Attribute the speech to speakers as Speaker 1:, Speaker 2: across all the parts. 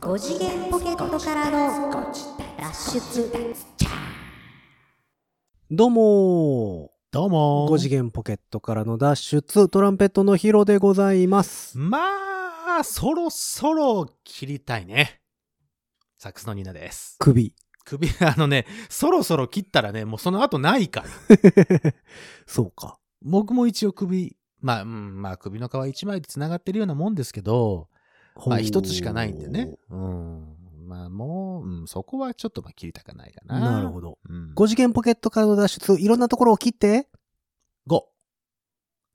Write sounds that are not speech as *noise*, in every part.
Speaker 1: 5次元ポケットからの脱出
Speaker 2: どうも
Speaker 3: どうも
Speaker 2: ー
Speaker 3: ー
Speaker 2: 5次元ポケットからの脱出、トランペットのヒロでございます。
Speaker 3: まあ、そろそろ切りたいね。サックスのニーナです。
Speaker 2: 首。 *laughs*
Speaker 3: 首、 *laughs* あのね、そろそろ切ったらね、もうその後ないから。
Speaker 2: そうか。
Speaker 3: 僕も一応首、まあ、うん、まあ首の皮一枚で繋がってるようなもんですけど、まあ
Speaker 2: ほう
Speaker 3: 一つしかないんでね。うん。まあもう、うん、そこはちょっとまあ切りたくないかな。
Speaker 2: なるほど。
Speaker 3: ど。うん。
Speaker 2: 5次元ポケットからの脱出、いろんなところを切って。
Speaker 3: 五。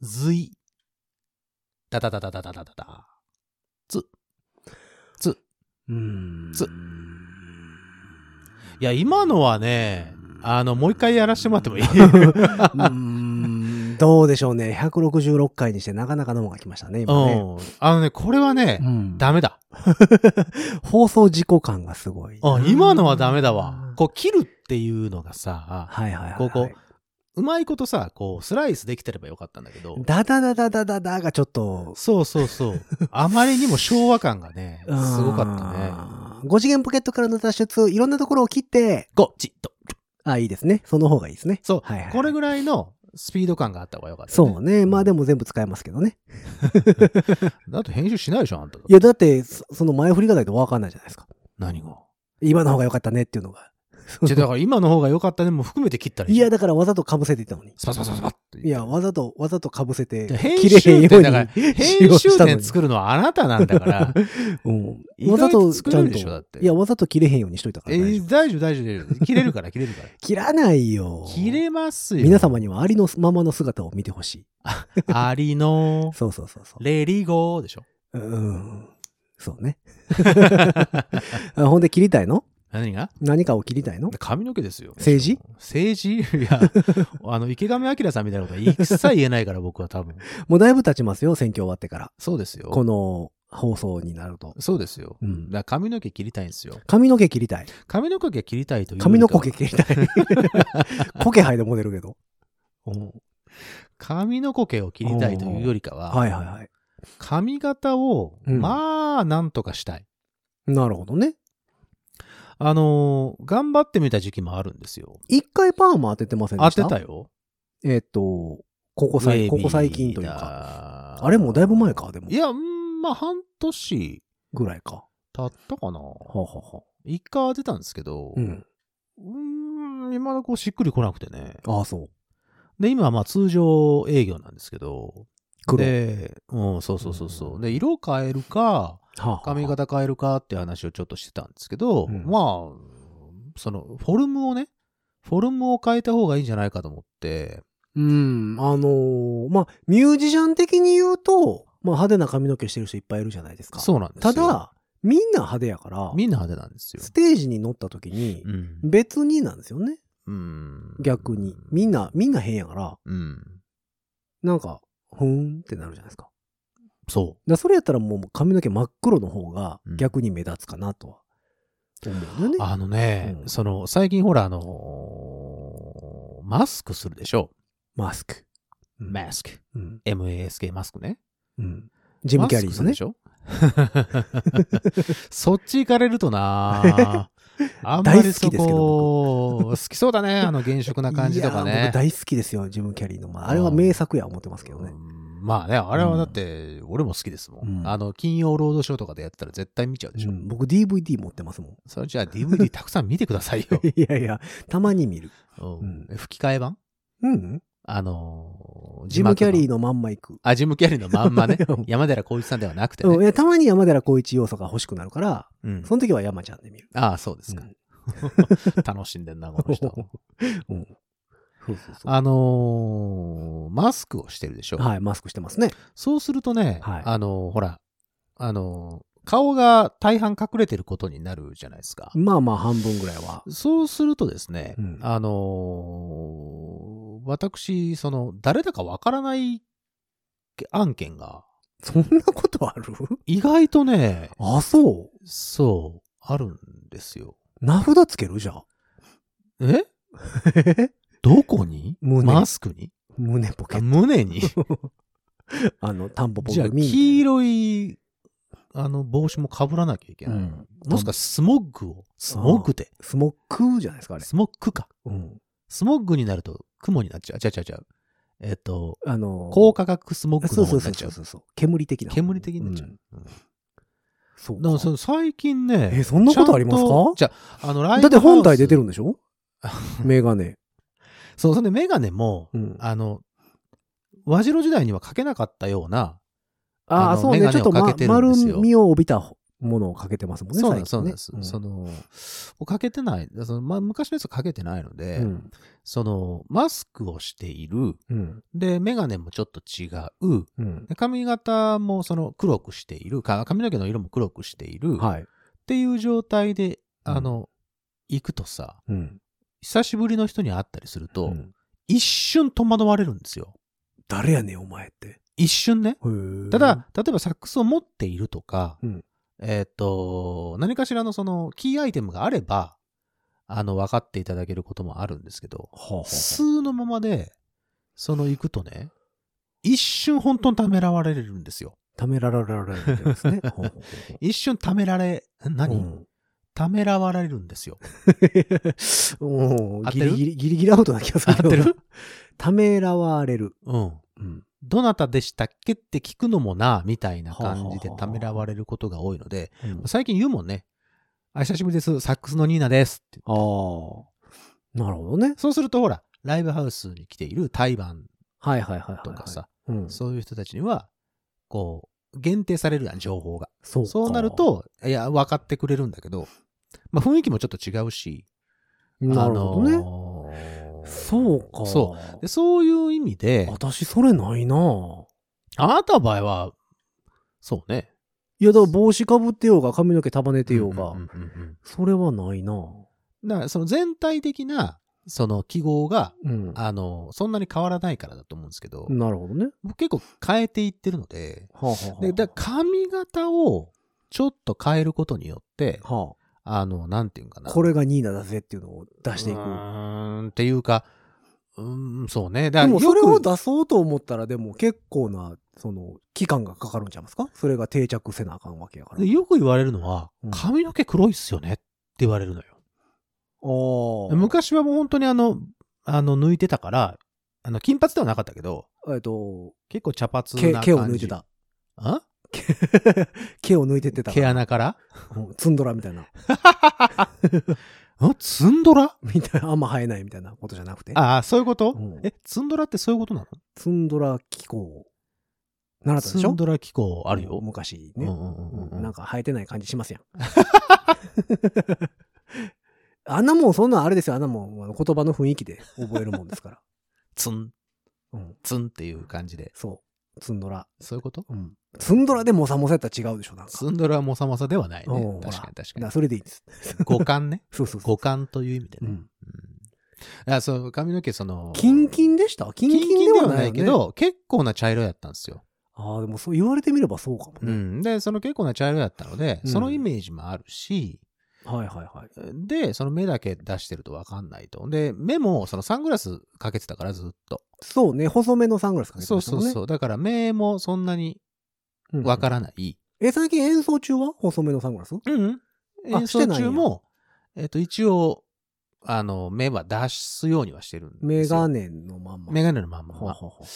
Speaker 3: ずい。だだだだだだだだだ。
Speaker 2: うーん
Speaker 3: ついや、今のはね、あの、もう一回やらしてもら
Speaker 2: *laughs*
Speaker 3: *laughs* ってもいい
Speaker 2: うーんどうでしょうね。166回にしてなかなかのもが来ましたね、今ね。
Speaker 3: うん。あのね、これはね、
Speaker 2: うん
Speaker 3: ダメだ。
Speaker 2: 放送事故感がすごい。
Speaker 3: あ、今のはダメだわ。こう、切るっていうのがさ、
Speaker 2: はいはいはいはい。
Speaker 3: ここうまいことさ、こう、スライスできてればよかったんだけど、
Speaker 2: ダダダダダダダがちょっと、
Speaker 3: そうそうそう。あまりにも昭和感が
Speaker 2: *laughs*
Speaker 3: ね、すごかったね。
Speaker 2: ね。5次元ポケットからの脱出、いろんなところを切って、
Speaker 3: ゴチッと。
Speaker 2: あ、いいですね。その方がいいですね。
Speaker 3: そう、
Speaker 2: はいはい
Speaker 3: これぐらいのスピード感があった方がよかった、ね。
Speaker 2: そうね。まあでも全部使えますけどね。
Speaker 3: だって編集しないでしょ、あんた。
Speaker 2: いや、だって、そその前振りがないとわかんないじゃないですか。
Speaker 3: 何が。
Speaker 2: 今の方が良かったねっていうのが。
Speaker 3: じゃあだから今の方が良かったねも含めて切ったらいい。
Speaker 2: いや、、だからわざと被せていったのに。
Speaker 3: スパスパスパスパって。
Speaker 2: いや、わざと、わざと被せて、
Speaker 3: 編
Speaker 2: 切れへん
Speaker 3: 集
Speaker 2: よう
Speaker 3: 点
Speaker 2: に
Speaker 3: だから、
Speaker 2: 使用
Speaker 3: 編集
Speaker 2: したの
Speaker 3: 点
Speaker 2: に。
Speaker 3: 作るのはあなたなんだ
Speaker 2: *laughs*
Speaker 3: から。
Speaker 2: うん。
Speaker 3: 意
Speaker 2: わざ
Speaker 3: 外
Speaker 2: と
Speaker 3: と
Speaker 2: ち
Speaker 3: 作
Speaker 2: ゃ
Speaker 3: れ
Speaker 2: ん
Speaker 3: る
Speaker 2: と。
Speaker 3: でしょだって
Speaker 2: いや、わざと切れへんようにしといたか
Speaker 3: え
Speaker 2: ら大丈夫。
Speaker 3: ー、大丈夫、大丈夫、大丈夫。切れるから、切れ
Speaker 2: *laughs*
Speaker 3: るから。
Speaker 2: 切らないよ。
Speaker 3: 切れますよ。
Speaker 2: 皆様にはありのままの姿を見てほしい。
Speaker 3: ありの、
Speaker 2: そうそうそうそう。
Speaker 3: レリゴーでしょ。
Speaker 2: うん。そうね。 *laughs* あほんで切りたいの
Speaker 3: 何が
Speaker 2: 何かを切りたいの
Speaker 3: 髪の毛ですよ。
Speaker 2: 政治
Speaker 3: 政治いや、 *laughs* あの、池上彰さんみたいなこ
Speaker 2: *laughs*
Speaker 3: とは一切言えないから、僕は多分。
Speaker 2: もうだいぶ経ちますよ、選挙終わってから。
Speaker 3: そうですよ。
Speaker 2: この放送になると。
Speaker 3: そうですよ。
Speaker 2: う
Speaker 3: だ
Speaker 2: ん
Speaker 3: か。ら髪の毛切りたいんですよ。
Speaker 2: 髪の毛切りたい。
Speaker 3: 髪の毛が切りたいというよ
Speaker 2: 髪
Speaker 3: り
Speaker 2: の
Speaker 3: かは。
Speaker 2: 毛切り
Speaker 3: *laughs*
Speaker 2: たい。コケ生えても出るけど。うん
Speaker 3: 髪の毛を切りたいというよりかは、
Speaker 2: はいはいはい。
Speaker 3: 髪型を、
Speaker 2: うん
Speaker 3: まあ、なんとかしたい。
Speaker 2: なるほどね。
Speaker 3: あのー頑張ってみた時期もあるんですよ。
Speaker 2: 一回パーマ当ててませんで
Speaker 3: 当
Speaker 2: した
Speaker 3: てた
Speaker 2: よ。
Speaker 3: よ。
Speaker 2: えっと、ここ
Speaker 3: ウェ
Speaker 2: 最
Speaker 3: ービー
Speaker 2: ここ最近というか。
Speaker 3: だ
Speaker 2: あれもうだいぶ前か、でも
Speaker 3: い。や、うんまあ、半年
Speaker 2: ぐらいか。
Speaker 3: 経ったかな。
Speaker 2: ははは。
Speaker 3: 一回当てたんですけど、
Speaker 2: う。
Speaker 3: うんーん、今だこうしっくりこなくてね。
Speaker 2: ああ、そう。
Speaker 3: で、今はまあ通常営業なんですけど、
Speaker 2: 黒。
Speaker 3: で、うん、そうそうそうそう。で、色変えるか、
Speaker 2: はあはあ
Speaker 3: 髪。型変えるかっていう話をちょっとしてたんですけど、
Speaker 2: うん
Speaker 3: まあ、その、フォルムをね、フォルムを変えた方がいいんじゃないかと思って、
Speaker 2: うん。あのーまあ、ミュージシャン的に言うと、まあ、派手な髪の毛してる人いっぱいいるじゃないですか。
Speaker 3: そうなんです
Speaker 2: た
Speaker 3: よ。、
Speaker 2: だ、みんな派手やから、
Speaker 3: みんな派手なんですよ。
Speaker 2: ステージに乗った時に、
Speaker 3: うん。
Speaker 2: 別になんですよね。
Speaker 3: うん
Speaker 2: 逆に。みん。な、みんな変やから、
Speaker 3: うん。
Speaker 2: なんか、ふーんってなるじゃないですか。だか
Speaker 3: そ
Speaker 2: らそれやったらもう髪の毛真っ黒の方が
Speaker 3: うん
Speaker 2: 逆に目立つかなとは思うよね
Speaker 3: う。。あのね、
Speaker 2: うん
Speaker 3: その、最近ほら、あのーマスクするでしょ。
Speaker 2: マスク。うん
Speaker 3: マスク。
Speaker 2: うん。
Speaker 3: MASK マスクね。
Speaker 2: うん。ジム・キャリーの
Speaker 3: マ
Speaker 2: ね
Speaker 3: ス。
Speaker 2: *laughs*
Speaker 3: クするでしょそっち行かれるとなああんまり
Speaker 2: 大好き
Speaker 3: そ
Speaker 2: ですけど
Speaker 3: こ、好きそうだね。あの原色な感じとか
Speaker 2: いやー
Speaker 3: ね
Speaker 2: 僕。大好きですよ、ジム・キャリーの。まあ、あれは名作や思ってますけどね
Speaker 3: う。んまあね、あれはだって、俺も好きですもん。
Speaker 2: うん
Speaker 3: あの、金曜ロードショーとかでやってたら絶対見ちゃうでしょ。
Speaker 2: うん僕 DVD 持ってますもん。。
Speaker 3: それじゃあ DVD たくさん見てくださ *laughs* い
Speaker 2: *laughs*
Speaker 3: よ
Speaker 2: いやいや、たまに見る。
Speaker 3: うん吹き替え版
Speaker 2: うん。
Speaker 3: あのー、
Speaker 2: ジム・キャリー
Speaker 3: の。
Speaker 2: のまんま行く。
Speaker 3: あ、ジム・キャリーのまんまね
Speaker 2: *laughs* うん。
Speaker 3: 山寺宏一さんではなくて
Speaker 2: うん、い
Speaker 3: ね。
Speaker 2: や、たまに山寺宏一要素が欲しくなるから、
Speaker 3: うん
Speaker 2: その時は山ちゃんで見る。
Speaker 3: ああ、そうです
Speaker 2: う
Speaker 3: か。
Speaker 2: ん
Speaker 3: 楽しんでんな、こ
Speaker 2: *laughs*
Speaker 3: の人。
Speaker 2: うんそうそうそう。
Speaker 3: あのーマスクをしてるでしょ。
Speaker 2: はい、マスクしてますね。
Speaker 3: そうするとね、
Speaker 2: はい
Speaker 3: あのーほら、あのー顔が大半隠れてることになるじゃないですか。
Speaker 2: まあまあ半分ぐらいは。
Speaker 3: そうするとですね、
Speaker 2: うん
Speaker 3: あのー私、その、誰だかわからない案件が、
Speaker 2: そんなことある
Speaker 3: 意外とね、
Speaker 2: あ、そ
Speaker 3: そう、あるんですよ。
Speaker 2: う。名札つけるじゃあ。
Speaker 3: えどこに
Speaker 2: 胸
Speaker 3: マスクに
Speaker 2: 胸ポケ
Speaker 3: あ
Speaker 2: *laughs* ット。
Speaker 3: 胸に
Speaker 2: あの、タンポポ
Speaker 3: じゃあ、
Speaker 2: 組。
Speaker 3: 黄色い、あの、帽子も被らなきゃいけ
Speaker 4: う
Speaker 3: ない。
Speaker 4: ん。
Speaker 3: もしくはスモッグを、スモッグで、
Speaker 2: スモックじゃないですか、あれ。
Speaker 3: スモッグか。
Speaker 2: うん。
Speaker 3: スモッグになると雲になっちゃう。違う違う違う。えっ、と、
Speaker 2: あのー、
Speaker 3: 高化学スモッグ
Speaker 2: そ
Speaker 3: の
Speaker 2: う
Speaker 3: 方
Speaker 2: そう
Speaker 3: にな
Speaker 2: そう
Speaker 3: っち
Speaker 2: そ
Speaker 3: ゃ
Speaker 2: う
Speaker 3: う。
Speaker 2: そうそう。煙的な。
Speaker 3: 煙的になっちゃう。
Speaker 2: ん
Speaker 3: うん
Speaker 2: そう
Speaker 3: でも
Speaker 2: か。
Speaker 3: その最近ね。
Speaker 2: えそんなことありますか
Speaker 3: ちゃんとじゃあ、あの、ライブ
Speaker 2: だって本体出てる
Speaker 3: ん
Speaker 2: んでしょメガネ。
Speaker 3: そう、それでメガネも、
Speaker 2: うん
Speaker 3: あの、和白時代にはかけなかったような、
Speaker 2: あ
Speaker 3: あ
Speaker 2: あ、
Speaker 3: の
Speaker 2: そう
Speaker 3: メ
Speaker 2: ね。
Speaker 3: ガ
Speaker 2: ち
Speaker 3: ネ
Speaker 2: ょ
Speaker 3: を
Speaker 2: っと、ま
Speaker 3: かけてるん
Speaker 2: 丸
Speaker 3: ですよ
Speaker 2: みを帯びたものをかけてますもんね、
Speaker 3: そうなん
Speaker 2: 最
Speaker 3: です、そ
Speaker 2: 近
Speaker 3: うなん
Speaker 2: ね。
Speaker 3: です。その、かけてない、そのまあ、昔のやつはかけてないので、
Speaker 2: うん
Speaker 3: その、マスクをしている、
Speaker 2: うん。
Speaker 3: で、メガネもちょっと違う、
Speaker 2: うん。
Speaker 3: で髪型もその黒くしているか、髪の毛の色も黒くしている、っ
Speaker 2: はい。
Speaker 3: ていう状態で、あの、行くとさ、
Speaker 2: うん。
Speaker 3: 久しぶりの人に会ったりすると、
Speaker 2: うん
Speaker 3: 一瞬戸惑われるんですよ。
Speaker 2: 誰やねん、お前って。
Speaker 3: 一瞬ね。ただ、、例えばサックスを持っているとか、
Speaker 2: うん
Speaker 3: えっ、と、何かしらのそのキーアイテムがあれば、あの、分かっていただけることもあるんですけど、
Speaker 2: は
Speaker 3: 数のままで、その行くとね、一瞬本当にためらわれるんですよ。
Speaker 2: ためらららられるんですね。ほうほうほう
Speaker 3: 一瞬ためられ、ん何、
Speaker 2: うん
Speaker 3: ためらわれるんですよ。
Speaker 2: お
Speaker 3: 合
Speaker 2: ー
Speaker 3: って
Speaker 2: ギ
Speaker 3: る
Speaker 2: リギリ、ギリギリアウトな気がするけどな
Speaker 3: 合ってる
Speaker 2: ためらわれる。
Speaker 3: うん。
Speaker 2: うん。
Speaker 3: どなたでしたっけって聞くのもな、みたいな感じで
Speaker 2: はあはあはあ
Speaker 3: ためらわれることが多いので、
Speaker 2: うん
Speaker 3: 最近言うもんね。あ、久しぶりです。サックスのニーナです。って
Speaker 2: ああ。なるほどね。
Speaker 3: そうすると、ほら、ライブハウスに来ている台湾
Speaker 2: はいはいはいはいはい。
Speaker 3: とかさ、
Speaker 2: うん。
Speaker 3: そういう人たちには、こう、限定されるやん、情報が。
Speaker 2: そうか
Speaker 3: そうなる、と、いや、分かってくれるんだけど、まあ、雰囲気もちょっと違うし、
Speaker 2: なるほどね。
Speaker 3: ね
Speaker 2: そうか。
Speaker 3: そうで。そういう意味で、
Speaker 2: 私、それないなぁ
Speaker 3: あなたの場合は、そうね。
Speaker 2: いや、だから帽子かぶってようが、髪の毛束ねてようが、
Speaker 3: んんうんうん
Speaker 2: それはないなぁ
Speaker 3: だから、その全体的な、その記号が、
Speaker 2: うん。
Speaker 3: あの、そんなに変わらないからだと思うんですけど、
Speaker 2: なるほどね。
Speaker 3: 僕結構変えていってるので、
Speaker 2: はあ、はあはあ
Speaker 3: で、だから髪型をちょっと変えることによって、
Speaker 2: は
Speaker 3: あの、なんていうんか
Speaker 2: あ、
Speaker 3: な。
Speaker 2: これがニーナだぜっていうのを出していうく。
Speaker 3: ーん、っていうか、うーん、そうね。だ
Speaker 2: でも、
Speaker 3: から
Speaker 2: それ
Speaker 3: よ
Speaker 2: を
Speaker 3: く
Speaker 2: 出そうと思ったら、でも結構な、その、期間がかかるんちゃいますかそれが定着せなあかんわけやから。
Speaker 3: でよく言われるのは
Speaker 2: うん、
Speaker 3: 髪の毛黒いっすよねって言われるのよ。
Speaker 2: ああ。
Speaker 3: 昔はもう本当にあの、あの、抜いてたから、あの、金髪ではなかったけど、
Speaker 2: えっと、
Speaker 3: 結構茶髪な
Speaker 2: 毛毛
Speaker 3: 感じ。
Speaker 2: を抜いてた。
Speaker 3: あ。
Speaker 2: 毛を抜いてってたか
Speaker 3: 毛
Speaker 2: ら。
Speaker 3: 穴から
Speaker 2: うんツンドラみたいな。
Speaker 3: んツンドラ
Speaker 2: みたいな、あんま生えないみたいなことじゃなくて。
Speaker 3: ああ、そういうこと、
Speaker 2: うん
Speaker 3: え、ツンドラってそういうことなの
Speaker 2: ツンドラ気候。習ったでし
Speaker 3: ツ
Speaker 2: ょ
Speaker 3: ンドラ機構あるよ。
Speaker 2: 昔
Speaker 3: うんう
Speaker 2: ね。
Speaker 3: んうんうん
Speaker 2: なんか生えてない感じしますやん。 *laughs* あんなもん、そんなんあれですよ。あんなもん、あの言葉の雰囲気で覚えるもんです
Speaker 3: *laughs*
Speaker 2: から。
Speaker 3: ツン、
Speaker 2: うん。
Speaker 3: ツンっていう感じで。
Speaker 2: そう。ツンドラ。
Speaker 3: そういうこと
Speaker 2: うん。ツンドラでモサモサやったら違うでしょ、なんか。
Speaker 3: ツンドラはモサモサではない
Speaker 2: うん
Speaker 3: ね
Speaker 2: ほ。ら
Speaker 3: 確かに確
Speaker 2: だか
Speaker 3: から
Speaker 2: それでいいんです。
Speaker 3: に。五感ね。
Speaker 2: そうそうそう。
Speaker 3: 五感という意味で
Speaker 2: う
Speaker 3: ね。
Speaker 2: ん。
Speaker 3: うんあそう、髪の毛その、
Speaker 2: キンキンでしたキン
Speaker 3: キン
Speaker 2: キ
Speaker 3: キ
Speaker 2: ン
Speaker 3: ン
Speaker 2: で
Speaker 3: で
Speaker 2: は
Speaker 3: は
Speaker 2: な
Speaker 3: ない
Speaker 2: よ
Speaker 3: い
Speaker 2: ね
Speaker 3: け。ど、結構な茶色やったんですよ。
Speaker 2: ああ、でもそう言われてみればそうかも
Speaker 3: う
Speaker 2: ね。
Speaker 3: ん。で、その結構な茶色やったので、
Speaker 2: うん
Speaker 3: そのイメージもあるし、
Speaker 2: はいはいはい。
Speaker 3: で、その目だけ出してるとわかんないと。で、目も、そのサングラスかけてたからずっと。
Speaker 2: そうね、細めのサングラスかけて
Speaker 3: そ
Speaker 2: ま
Speaker 3: う
Speaker 2: した
Speaker 3: そ
Speaker 2: もん
Speaker 3: う
Speaker 2: ね。
Speaker 3: そう。だから目もそんなに
Speaker 2: うん
Speaker 3: わからない。
Speaker 2: え、最近演奏中は細めのサングラス
Speaker 3: うん。
Speaker 2: あ
Speaker 3: 演奏中も、えっと、一応、あの、目は出すようにはしてるんですよ。
Speaker 2: メガネのまんま。
Speaker 3: メガネのまんま。
Speaker 2: ほうほう
Speaker 3: っ
Speaker 2: ほうほう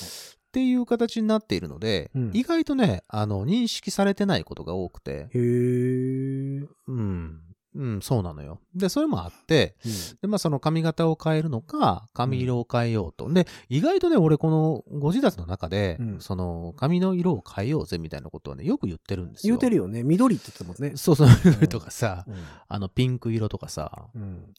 Speaker 3: ていう形になっているので、
Speaker 2: うん
Speaker 3: 意外とね、あの、認識されてないことが多く
Speaker 2: へ
Speaker 3: て、
Speaker 2: え。
Speaker 3: うん、うん、そうなのよ。で、それもあって、で、まあ、その髪型を変えるのか、髪色を変えようと。で、意外とね、俺、このご自宅の中で、
Speaker 2: うん
Speaker 3: その、髪の色を変えようぜみたいなことはね、よく言ってるんです
Speaker 2: 言
Speaker 3: よ。
Speaker 2: うてるよね。緑って言ってますね。
Speaker 3: そうそう、緑 *laughs* とかさ、
Speaker 2: うん
Speaker 3: あの、ピンク色とかさ、
Speaker 2: うん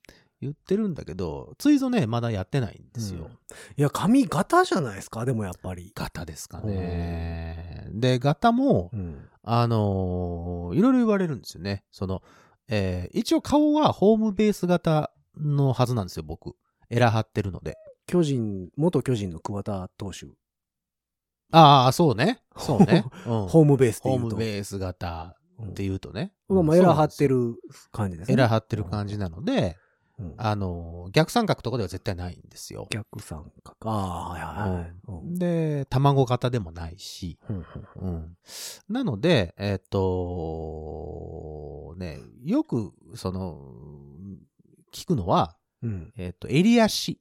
Speaker 3: 言ってるんだけど、ついぞね、まだやってないんです
Speaker 2: うん
Speaker 3: よ。
Speaker 2: いや、髪型じゃないですか、でもやっぱり。
Speaker 3: 型ですかね。で、型も、
Speaker 2: うん。
Speaker 3: あのーいろいろ言われるんですよね。その、えー一応顔はホームベース型のはずなんですよ、僕。エラ張ってるので。
Speaker 2: 巨人、元巨人の桑田投手、
Speaker 3: ああ、そうね。そう
Speaker 2: *laughs*
Speaker 3: ね。うん
Speaker 2: ホームベースで
Speaker 3: ホー
Speaker 2: 言う
Speaker 3: ム
Speaker 2: と。
Speaker 3: ベース型って言うとね。
Speaker 2: うんまあ、
Speaker 3: そう
Speaker 2: エラ
Speaker 3: なん
Speaker 2: 張
Speaker 3: で
Speaker 2: っ
Speaker 3: す
Speaker 2: て。
Speaker 3: よ
Speaker 2: る感じですね。
Speaker 3: エラ張ってる感じなので、
Speaker 2: うん
Speaker 3: あの、逆三角とかでは絶対ないんですよ。
Speaker 2: 逆三角。ああ、はいはいはい。うん
Speaker 3: で、卵型でもないし、うん。なので、えっ、と、ね、よく、その、聞くのは、
Speaker 2: うん。
Speaker 3: えっ、と、襟足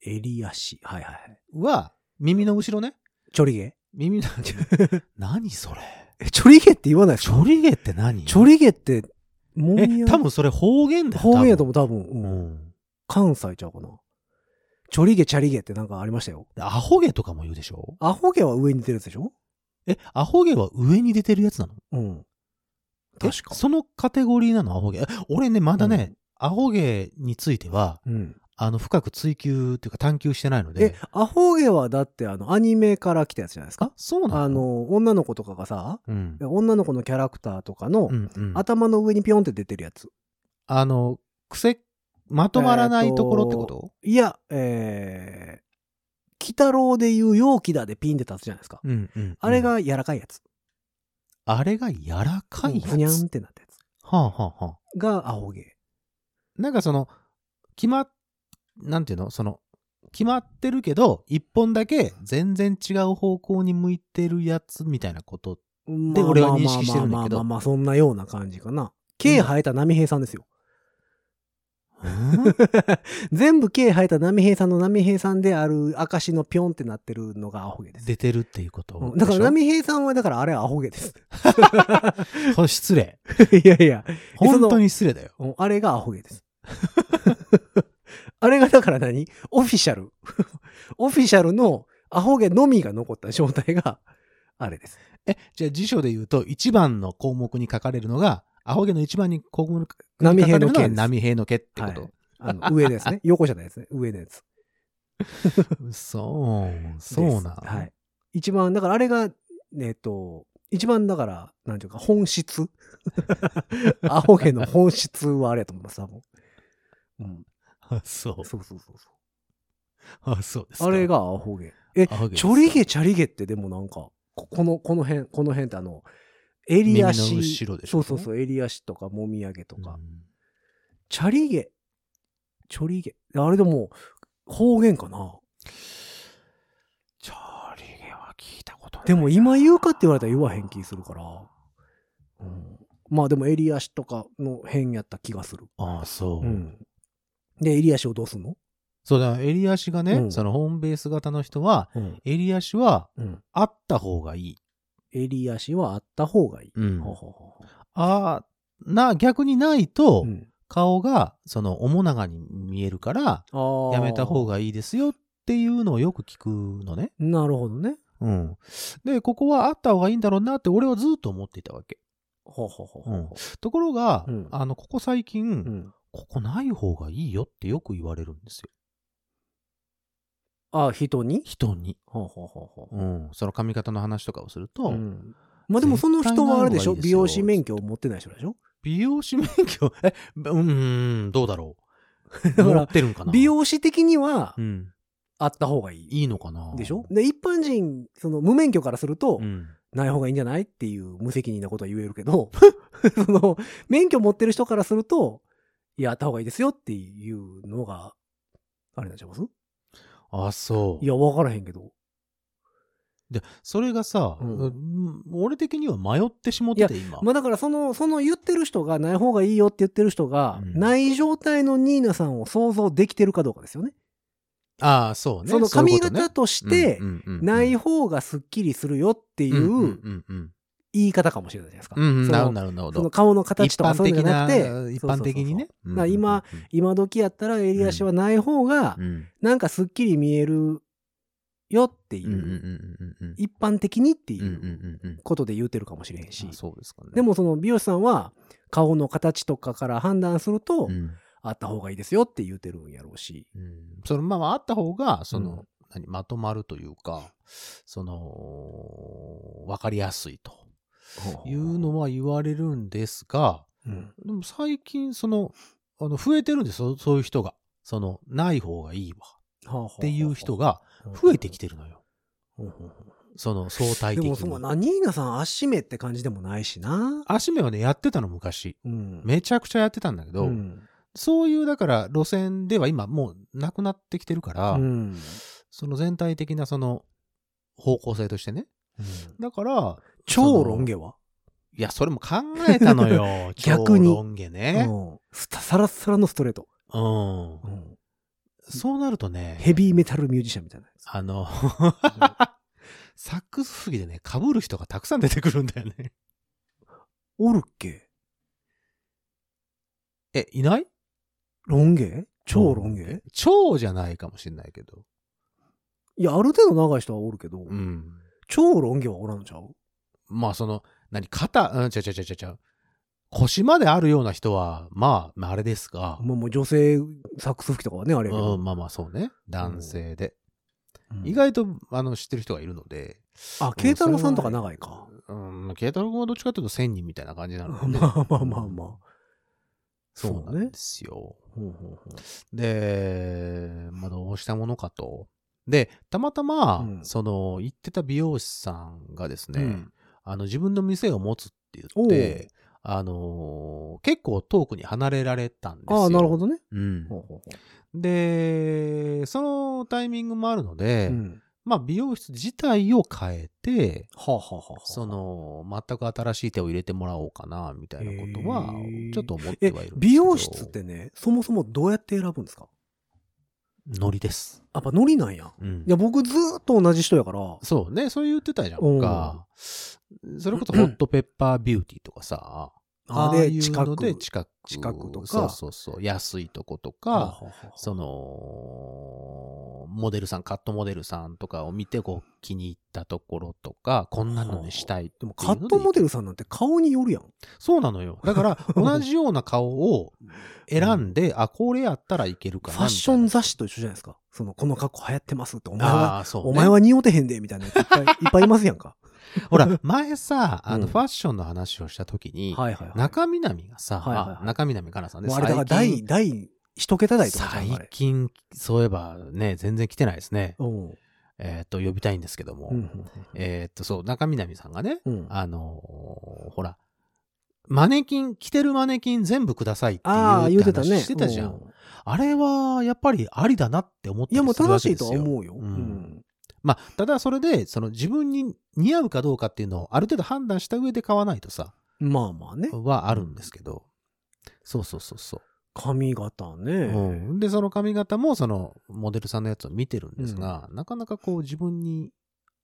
Speaker 2: 襟足。はいはいはい。
Speaker 3: は、耳の後ろね。
Speaker 2: ちょり毛
Speaker 3: 耳
Speaker 2: *laughs*
Speaker 3: の、何それ。
Speaker 2: え、ちょり毛って言わないです
Speaker 3: ち
Speaker 2: か
Speaker 3: ょり毛って何
Speaker 2: ちょり毛って、も
Speaker 3: え
Speaker 2: み、
Speaker 3: 多分それ方言だよ。
Speaker 2: 方言やと
Speaker 3: 思
Speaker 2: も多分、
Speaker 3: う
Speaker 2: うん
Speaker 3: ん。
Speaker 2: 関西ちゃうかな。ちょり毛、チャリ毛ってなんかありましたよ。
Speaker 3: アホ毛とかも言うでしょ
Speaker 2: アホ毛は上に出てるやつでしょ
Speaker 3: え、アホ毛は上に出てるやつなの
Speaker 2: うん。
Speaker 3: え
Speaker 2: 確か。
Speaker 3: そのカテゴリーなのアホ毛。え俺ね、まだね、アホ毛については、
Speaker 2: うん。
Speaker 3: あの、深く追求っていうか探求してないの
Speaker 2: え
Speaker 3: で。、
Speaker 2: アホ毛はだってあの、アニメから来たやつじゃないですか
Speaker 3: そうなの
Speaker 2: あ、の、女の子とかがさ、
Speaker 3: うん。
Speaker 2: 女の子のキャラクターとかの、
Speaker 3: うんうん
Speaker 2: 頭の上にピョンって出てるやつ。
Speaker 3: あの、癖、まとまらないところってこと、
Speaker 2: いや、えー、鬼太郎でいう容器だでピンって立つじゃないですか。
Speaker 3: うんうんうん
Speaker 2: あれ、が柔らかいやつ。
Speaker 3: あれが柔らかいやつ。
Speaker 2: ふにゃんってなったや
Speaker 3: はあはあは
Speaker 2: つ。がアホ毛。
Speaker 3: あ。なんかその、決まっ、なんていうのその、決まってるけど、一本だけ全然違う方向に向いてるやつみたいなこと。
Speaker 2: で
Speaker 3: 俺は認識してるんだ
Speaker 2: まあまあまあ
Speaker 3: けど
Speaker 2: まあまあ、そんなような感じかな。毛生えた波平さんですよ。全部毛生えた波平さんの波平さんである証のピョンってなってるのがアホ毛です。
Speaker 3: 出てるっていうこと
Speaker 2: うん。だから
Speaker 3: で
Speaker 2: 波平さんはだからあれはアホ毛です。 *laughs*
Speaker 3: しょこれ失礼。
Speaker 2: いやいや、
Speaker 3: 本当に失礼だよ。
Speaker 2: うんあれがアホ毛です。 *laughs* あれがだから何オフィシャル。 *laughs* オフィシャルのアホ毛のみが残った状態があれです。
Speaker 3: え、じゃあ辞書で言うと、一番の項目に書かれるのが、アホ毛の一番に項目に
Speaker 2: 波
Speaker 3: 書
Speaker 2: 平
Speaker 3: かれ
Speaker 2: の
Speaker 3: るのが
Speaker 2: 毛です。
Speaker 3: 波平の毛ってこと。
Speaker 2: はいあの上のやつね。横じゃないですね。上のやつ。
Speaker 3: そう、そうなん。
Speaker 2: ですはい。一番、だからあれが、えっと、一番だから、なんていうか、本
Speaker 3: *laughs*
Speaker 2: 質アホ毛の本質はあれやと思います、多分。うん。
Speaker 3: あ、 *laughs* そう。
Speaker 2: そうそうそうそ
Speaker 3: あ、そうです
Speaker 2: う。
Speaker 3: か。
Speaker 2: あれがアホ毛。え
Speaker 3: アホ毛です
Speaker 2: チ
Speaker 3: か、
Speaker 2: ョリゲチャリゲってでもなんか、ここの、この辺、この辺ってあの、襟足。
Speaker 3: 耳の後ろでしょ
Speaker 2: そうそうそう、襟足とか、もみあげと
Speaker 3: うん
Speaker 2: か。チャリゲ、チョリゲ。あれでも、方言かな。
Speaker 3: チャリゲは聞いたことない。
Speaker 2: でも今言うかって言われたら言わへん気するから。うん、まあでも襟足とかの辺やった気がする。
Speaker 3: あそう。
Speaker 2: うん。で、襟足をどうすんの
Speaker 3: そうだ、襟足がね、
Speaker 2: うん
Speaker 3: そのホームベース型の人は、
Speaker 2: うん。
Speaker 3: 襟足は
Speaker 2: うん。
Speaker 3: あった方がいい。
Speaker 2: 襟足はあった方がいい。
Speaker 3: うん
Speaker 2: ほうほうほ
Speaker 3: あーな、逆にないと、
Speaker 2: ううん
Speaker 3: 顔が、その、面長に見えるから、
Speaker 2: あー
Speaker 3: やめた方がいいですよっていうのをよく聞くのね。
Speaker 2: なるほどね。
Speaker 3: うん。で、ここはあった方がいいんだろうなって、俺はずっと思っていたわけ。
Speaker 2: ほうほうほうほうほ
Speaker 3: ところが、
Speaker 2: うん
Speaker 3: あの、ここ最近、
Speaker 2: う。うん。
Speaker 3: ここない方がいいよってよく言われるんですよ。
Speaker 2: あ、人に
Speaker 3: 人に。
Speaker 2: ほうほうほうほう。
Speaker 3: うん。その髪型の話とかをすると、
Speaker 2: うんまあでもその人はあれでしょ
Speaker 3: 絶対ない方がいいですよ
Speaker 2: 美容師免許を持ってない人でしょ
Speaker 3: 美容師免許、 *laughs* え、うーん、どうだろう。
Speaker 2: だから
Speaker 3: 持ってるんかな
Speaker 2: 美容師的には
Speaker 3: うん。
Speaker 2: あった方がいい。
Speaker 3: いいのかな
Speaker 2: でしょで、一般人、その無免許からすると
Speaker 3: う、ん。
Speaker 2: ない方がいいんじゃないっていう無責任なことは言えるけど、 *laughs* その、免許持ってる人からすると、いや、あった方がいいですよっていうのが、あれなんちゃいます
Speaker 3: あ、そう。
Speaker 2: いや、わからへんけど。
Speaker 3: で、それがさ、
Speaker 2: うん
Speaker 3: うん俺的には迷ってしもってて、今。
Speaker 2: まあだからその、その言ってる人が、ない方がいいよって言ってる人が、
Speaker 3: うん
Speaker 2: ない状態のニーナさんを想像できてるかどうかですよね。
Speaker 3: ああ、そうね。
Speaker 2: その
Speaker 3: うい
Speaker 2: 髪
Speaker 3: うことね
Speaker 2: 型として、
Speaker 3: うんうんうん
Speaker 2: ない方がスッキリするよってい
Speaker 3: ん
Speaker 2: う
Speaker 3: うんうん
Speaker 2: 言い方かもしれないじゃないですか。
Speaker 3: うんうん
Speaker 2: そ
Speaker 3: な
Speaker 2: の
Speaker 3: るほどなるほどなるほ
Speaker 2: その
Speaker 3: ど。
Speaker 2: 顔の形
Speaker 3: 一
Speaker 2: とか
Speaker 3: 般
Speaker 2: そういう
Speaker 3: 的
Speaker 2: のじゃな
Speaker 3: な
Speaker 2: くて、
Speaker 3: 一般的にね。
Speaker 2: だから今今時やったら襟足はない方が
Speaker 3: うん、うん
Speaker 2: なんかすっきり見えるよっていう、
Speaker 3: うんうんうんうんうん
Speaker 2: 一般的にってい
Speaker 3: うんうん
Speaker 2: う
Speaker 3: うんうん
Speaker 2: ことで言うてるかもしれへんし、
Speaker 3: あそうですかね。
Speaker 2: でもその美容師さんは顔の形とかから判断すると、
Speaker 3: うん、
Speaker 2: あった方がいいですよって言うてるんやろうし、
Speaker 3: うんそのまあまああった方が、その、
Speaker 2: うん
Speaker 3: 何まとまるというか、その、わかりやすいというのは言われるんですが、
Speaker 2: うん
Speaker 3: でも最近、その、あの増えてるんですよ、そういう人が。その、ない方がいいわっていう人が増えてきてるのよ。
Speaker 2: うんうん
Speaker 3: その相対
Speaker 2: で
Speaker 3: 的に。
Speaker 2: もそのなニーナさん足目って感じでもないしな、
Speaker 3: 足目はね、やってたの昔。
Speaker 2: うん
Speaker 3: めちゃくちゃやってたんだけど、
Speaker 2: うん
Speaker 3: そういう、だから、路線では今もうなくなってきてるから、
Speaker 2: うん
Speaker 3: その全体的なその方向性としてね。だから、
Speaker 2: 超ロン毛はい
Speaker 3: や、それも考えたのよ。
Speaker 2: *laughs* 逆に
Speaker 3: 超ロン毛ね。
Speaker 2: うんスタサラッサラのストレート、
Speaker 3: うん
Speaker 2: う。ん
Speaker 3: そうなるとね、
Speaker 2: ヘビーメタルミュージシャンみたいなやつ
Speaker 3: あの、 *laughs* サックス吹きでね、被る人がたくさん出てくるんだよ
Speaker 2: *laughs*
Speaker 3: ね。
Speaker 2: おるっけ
Speaker 3: え、いない
Speaker 2: ロン毛超ロン毛
Speaker 3: 超じゃないかもしれないけど。
Speaker 2: いやある程度長い人はおるけど、
Speaker 3: うん。
Speaker 2: 超ロン毛はおらんちゃう
Speaker 3: まあ、その、何、肩、うん、ちゃうちゃうちゃうちゃうちゃう。腰まであるような人は、まあ、まあ、あれですが、
Speaker 2: まあもう女性サックス吹きとかはねあれやけど
Speaker 3: うん、まあまあ、そうね。男性で。
Speaker 2: うん
Speaker 3: 意外と、あの、知ってる人がいるので。
Speaker 2: あ慶太郎さんとか長いか、
Speaker 3: うん、慶太郎君はどっちかというと1000人みたいな感じなので、
Speaker 2: *laughs* まあまあまあまあ
Speaker 3: そうなんですよ。
Speaker 2: ほうほうほう
Speaker 3: で、まあ、どうしたものかと。で、たまたま、
Speaker 2: うん
Speaker 3: その、行ってた美容師さんがですね、
Speaker 2: うん
Speaker 3: あの、自分の店を持つって言って、あのー結構遠くに離れられたんですよ。
Speaker 2: ああなるほどね
Speaker 3: うん
Speaker 2: ほうほうほ
Speaker 3: で、そのタイミングもあるので、
Speaker 2: ううん
Speaker 3: まあ、美容室自体を変えて、
Speaker 2: はあはあはあはあ
Speaker 3: その、全く新しい手を入れてもらおうかな、みたいなことは
Speaker 2: へー、
Speaker 3: ちょっと思って
Speaker 2: え
Speaker 3: はいるんですけど。
Speaker 2: 美容室ってねそもそもどうやって選ぶんですか
Speaker 3: ノリです。
Speaker 2: やっぱノリなんや
Speaker 3: うん
Speaker 2: いや僕ずーっと同じ人やから
Speaker 3: そうね、そう言ってたじゃんか。それこそホットペッパービューティーと
Speaker 2: *clears throat*
Speaker 3: かさ、ああいう
Speaker 2: 近
Speaker 3: の
Speaker 2: く
Speaker 3: で近く。
Speaker 2: 近くとか
Speaker 3: そうそうそう。安いとこと
Speaker 2: はあ
Speaker 3: か、
Speaker 2: はあはあ
Speaker 3: その、モデルさん、カットモデルさんとかを見て、こう、気に入ったところとか、こんなのにしたいっ
Speaker 2: で
Speaker 3: てい
Speaker 2: も
Speaker 3: うので
Speaker 2: カットモデルさんなんて顔によるやん
Speaker 3: そうなのよ。
Speaker 2: *laughs*
Speaker 3: だから、同じような顔を選んで、あ、これやったらいけるか
Speaker 2: フ
Speaker 3: な。
Speaker 2: ァッション雑誌と一緒じゃないですかそのこの格好流行ってますってお
Speaker 3: み
Speaker 2: 前
Speaker 3: たいな
Speaker 2: は
Speaker 3: あーそうね
Speaker 2: お前は匂てへんでみたいなやついっ
Speaker 3: *laughs*
Speaker 2: ぱいいっぱいいますやんか
Speaker 3: ほら、前さ、あ
Speaker 2: うん
Speaker 3: の、ファッションの話をした時に、
Speaker 2: はいはいはい
Speaker 3: 中南がさ、
Speaker 2: はいはいはい
Speaker 3: あ中南かなさんで
Speaker 2: もうあれだから第第一桁台とかじゃんあ
Speaker 3: 最
Speaker 2: れ
Speaker 3: 近、そういえばね、全然来てないですね。
Speaker 2: うんうん
Speaker 3: えっ、と、呼びたいんですけども。
Speaker 2: うん
Speaker 3: えっ、と、そう、中南さんがね、
Speaker 2: うん
Speaker 3: あのーほら、マネキン、着てるマネキン全部くださいっていう
Speaker 2: ああ言うてた
Speaker 3: 話
Speaker 2: ね
Speaker 3: してたじゃん。
Speaker 2: う
Speaker 3: あれは、やっぱりありだなって思って
Speaker 2: いやもう正しいとは
Speaker 3: う。
Speaker 2: 思うよ、
Speaker 3: んまあ、ただそれで、その自分に似合うかどうかっていうのをある程度判断した上で買わないとさ、
Speaker 2: うんまあまあね
Speaker 3: はあるんですけど。そうそうそうそ
Speaker 2: 髪型ね、
Speaker 3: う。うんで、その髪型も、その、モデルさんのやつを見てるんですが、なかなかこう自分に